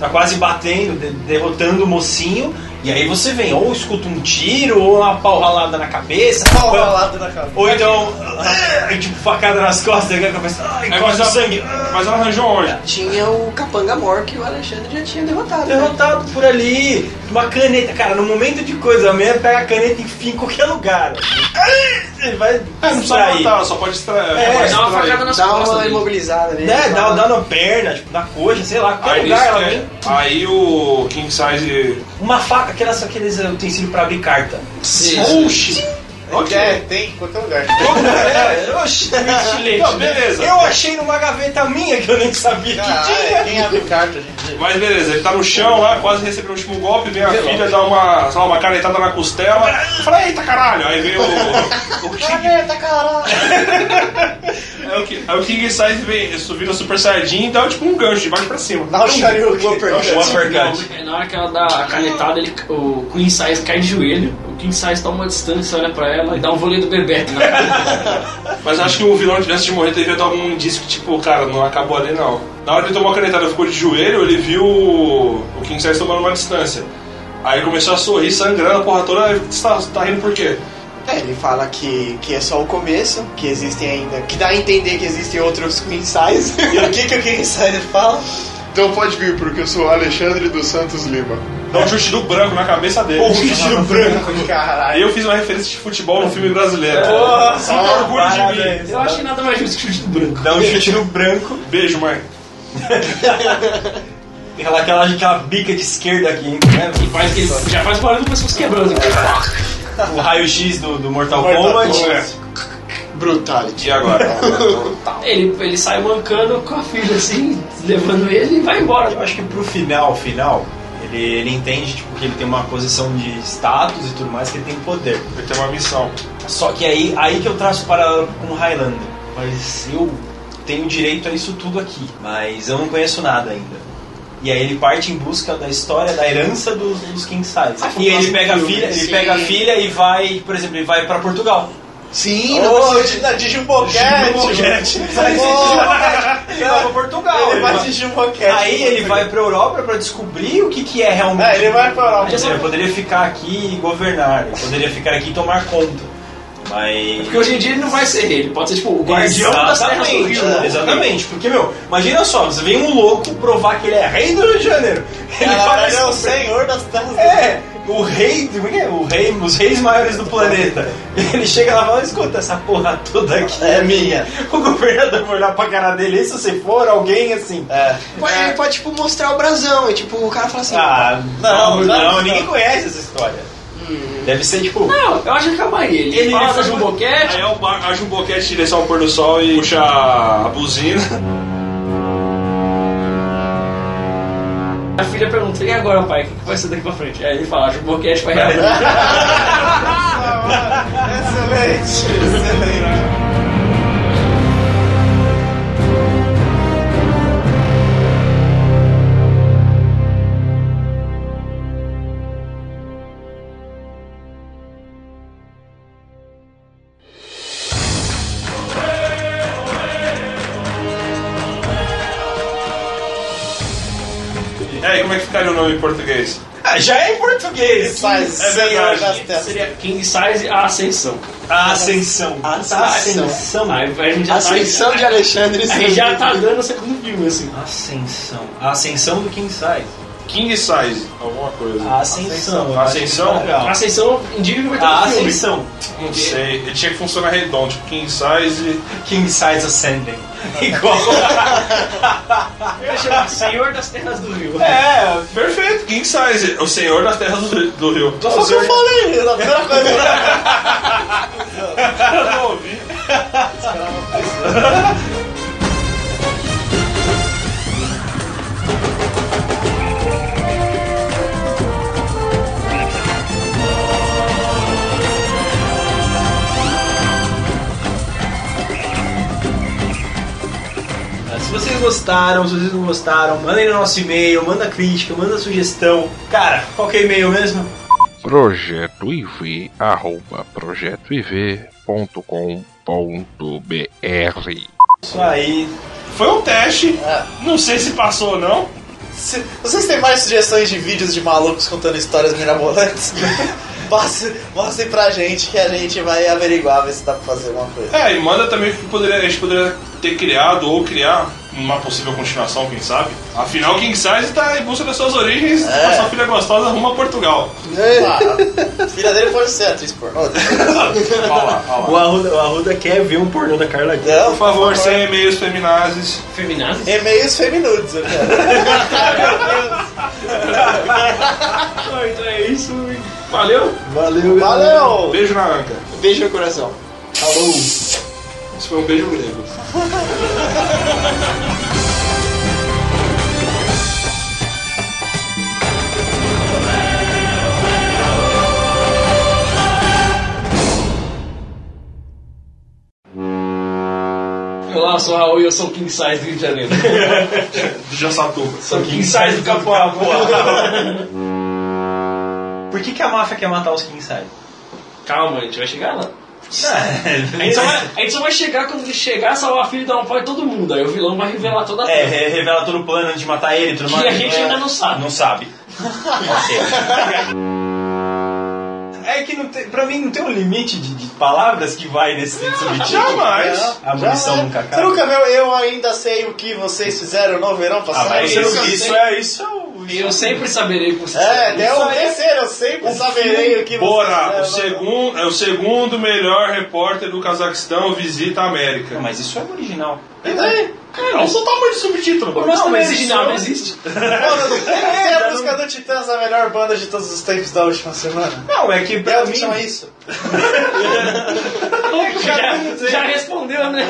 B: Tá quase batendo, de- derrotando o mocinho. E aí você vem, ou escuta um tiro, ou uma paulada na cabeça.
C: Pau ralado na cara.
B: Ou então, ah, tipo, facada nas costas, e a cabeça, ah,
I: É, mas
B: encosta o
I: ela-
B: sangue.
I: Mas ela arranjou onde?
O: Tinha o Capanga Mor que o Alexandre já tinha derrotado. né?
B: Derrotado por ali, uma caneta, cara, no momento de coisa, a mulher pega a caneta e enfia em qualquer lugar. Ah, Vai
I: É, não precisa
B: distrair.
I: matar, ela só pode extrair.
B: É,
I: pode
D: dá uma
I: extrair.
D: facada nas
O: Dá
D: costas
O: uma
D: dele.
O: imobilizada nele.
B: Né, dá,
O: fala,
B: dá na perna, tipo, na coxa, sei lá, qualquer
I: Aí,
B: lugar ela
I: nisso,
B: vem.
I: é, aí o King Size.
B: Uma faca, aquelas, aqueles utensílios pra abrir carta.
I: Oxi!
C: Onde é? Tem, em qualquer lugar.
B: É, oxe, estilete,
I: Não,
B: né?
I: beleza.
B: Eu achei numa gaveta minha que eu nem sabia
C: Ah,
B: que
C: é,
B: tinha.
C: quem abre carta, gente.
I: Mas beleza, ele tá no chão lá, quase recebeu o último golpe, vem a filha, dá uma, sei lá, uma canetada na costela, fala, eita caralho! Aí vem o. o King,
C: Caneta, caralho!
I: aí o Ki- aí o King Size vem, vira o Super Saiyajin e dá tipo um gancho de baixo pra cima.
C: Dá o Shoryuken.
I: Um uppercut.
D: Aí É, Na hora que ela dá a canetada, ele, o Queen Size cai de joelho, o King Size toma uma distância, olha pra ela e dá um vôlei do Bebeto na cara.
I: Mas acho que o vilão, antes de morrer, devia dar algum indício que, tipo, cara, não acabou ali não. Na hora que ele tomou a canetada e ficou de joelho, ele viu o o King Size tomando uma distância. Aí ele começou a sorrir, sangrando a porra toda, aí, você tá, tá rindo por quê?
C: É, ele fala que, que é só o começo, que existem ainda. Que dá a entender que existem outros Queen Size. e o que, que o Queen Size fala?
Q: Então pode vir, porque eu sou Alexandre dos Santos Lima.
I: Dá um chute do branco na cabeça dele.
B: Um vestido branco.
I: Aí
C: Caralho.
I: eu fiz uma referência de futebol no filme
H: É.
I: brasileiro.
B: Porra,
I: Sinta orgulho de mim.
B: parabéns.
D: Eu acho que nada mais justo que o chute do branco.
B: Dá um chute no branco.
I: Beijo, mãe.
B: Aquela, aquela, aquela bica de esquerda aqui,
D: E
B: né?
D: faz que ele já faz barulho com pessoas quebrando. assim.
B: O raio-x do, do Mortal
C: Mortal
B: Kombat. É.
C: Kombat. Brutality.
I: E agora?
D: Ele, ele sai mancando com a filha assim, levando ele e vai embora.
B: Eu acho que pro final, final, ele, ele entende tipo, que ele tem uma posição de status e tudo mais, que ele tem poder.
I: Ele tem uma missão.
B: Só que aí, aí que eu traço o paralelo com o Highlander. Mas eu tenho direito a isso tudo aqui, mas eu não conheço nada ainda. E aí ele parte em busca da história, da herança dos, dos King Size.
C: Ah,
B: E ele
C: fantástico
B: pega a
C: filme,
B: filha, ele
C: sim.
B: pega a filha e vai, por exemplo, ele vai pra Portugal.
C: Sim,
B: Oh,
C: não precisa de, de jumboquete.
B: Jumboquete.
C: Vai ser
B: Ele vai pra Portugal.
C: Ele vai de jumboquete.
B: Aí ele vai pra Europa pra descobrir o que, que é realmente.
C: É, ele vai pra Europa.
B: Quer dizer, eu poderia ficar aqui e governar, eu poderia ficar aqui e tomar conta. Mas.
D: É Porque hoje em dia ele não vai ser ele, ele pode ser tipo o guardião das terras do
B: Exatamente, É.
D: Rio. né?
B: Exatamente, porque, meu, imagina só, você vem um louco provar que ele é rei do Rio de Janeiro. Ele
C: Ela
B: fala
C: vai é o
B: isso.
C: senhor das terras
B: É, o rei, como é que é? o rei, os reis maiores do planeta. Ele chega lá e fala, escuta, essa porra toda aqui
C: É minha.
B: O governador vai olhar pra cara dele, e se você for alguém assim.
C: É.
O: Pode, ele pode, tipo, mostrar o brasão. E, tipo, o cara fala assim...
B: Ah, não,
C: Não,
B: não,
C: não, não.
B: ninguém conhece essa história. Deve ser tipo.
D: Não, eu acho que acaba aí. Ele,
B: Ele-
D: fala um
B: ele
D: da
B: foi-
D: Jumboquete,
I: Aí é o bar, acha um boquete em direção ao pôr do sol e puxa a buzina.
D: a filha pergunta, e agora pai, o que que vai ser daqui pra frente? Aí ele fala, a Jumboquete vai reabrir.
C: Excelente, excelente.
I: é nome em português?
B: Ah, já é em português.
C: Size,
B: é verdade.
D: Seria King Size a Ascensão.
B: A Ascensão. A Ascensão.
D: Aí a gente já
B: Ascensão
D: tá,
B: de Alexandre
D: Aí já
B: Silveira.
D: tá dando o segundo filme, assim.
B: Ascensão. A Ascensão do King Size.
I: King Size, alguma coisa.
B: A Ascensão. eu acho que
I: Ascensão?
B: tá legal.
D: Ascensão indica que vai ter
B: A
D: um filme.
B: Ascensão.
I: Não sei, ele tinha que funcionar redondo, tipo King Size.
B: King Size Ascending. Igual.
D: Eu chamo de Senhor das Terras do Rio.
I: É, perfeito, King Size, o senhor das terras do, do rio. Então,
C: Só que eu falei, na primeira coisa.
I: Eu não ouvi.
B: Se vocês gostaram, se vocês não gostaram, mandem no nosso e-mail, manda crítica, manda sugestão. Cara, qual que é o e-mail mesmo?
A: projetoiv, arroba projetoiv.com.br
B: Isso aí.
I: Foi um teste, não sei se passou ou não.
C: Se- vocês têm mais sugestões de vídeos de malucos contando histórias mirabolantes? Passe- Mostrem pra gente que a gente vai averiguar, ver se dá pra fazer alguma coisa.
I: É, e manda também o que poderia, a gente poderia ter criado ou criar uma possível continuação, quem sabe. Afinal, King Size tá em busca das suas origens, a sua filha gostosa rumo a Portugal.
C: Ah, filha dele pode ser atriz pornô.
B: O Arruda, o Arruda quer ver um pornô da Carla Gui.
C: Não,
I: Por favor, sem e-mails feminazes.
D: Feminazes?
C: E-mails feminudos, eu
D: Então, então é isso. Valeu.
R: Valeu,
C: Valeu!
I: Beijo na anca.
R: Beijo no coração.
I: Alô. Isso foi um beijo grego.
D: Olá, eu sou o Raul e eu sou o King Size do Rio de Janeiro.
I: Já satou.
D: Sou o King Size do Capoeira.
B: Por que, que a máfia quer matar os King Size?
D: Calma, a gente vai chegar
B: É,
D: lá. A
B: então
D: gente, só vai, a gente só vai chegar quando ele chegar, salvar a filha e dar um pau em todo mundo. Aí o vilão vai revelar toda a
B: É,
D: trama.
B: re- revela todo o plano antes de matar ele, tudo
D: Que
B: mais.
D: a gente ainda não sabe.
B: Não sabe. Ok. É que não tem, pra mim não tem um limite de, de palavras que vai nesse subtítulo.
I: jamais.
B: A munição
C: Jamais.
B: é. nunca
C: Você
B: acaba.
C: nunca viu Eu Ainda Sei O Que Vocês Fizeram no Verão
B: Ah,
C: Passado?
B: mas
C: Você
B: isso,
C: nunca
B: isso
C: sei.
B: é isso. é o-
D: E eu sempre saberei que você
C: É,
D: sabe.
C: deu
B: Isso
C: um
B: aí.
C: terceiro, eu sempre saberei o que vocês
I: Bora, o
C: fizeram.
I: segundo, é o segundo melhor repórter do Cazaquistão visita a
B: Não,
I: América.
B: mas isso é um original.
C: E daí?
I: Cara, só tá muito subtítulo.
D: O nosso
B: é Não,
D: também
B: mas
D: original
B: isso- um-
D: não existe.
C: Mano, não tem que ser
B: não-
C: a música do Titãs, a melhor banda de todos os tempos da última semana.
B: Não, é que
C: É
B: pra
C: a
B: mim.
C: opção é isso.
D: já, já respondeu, né?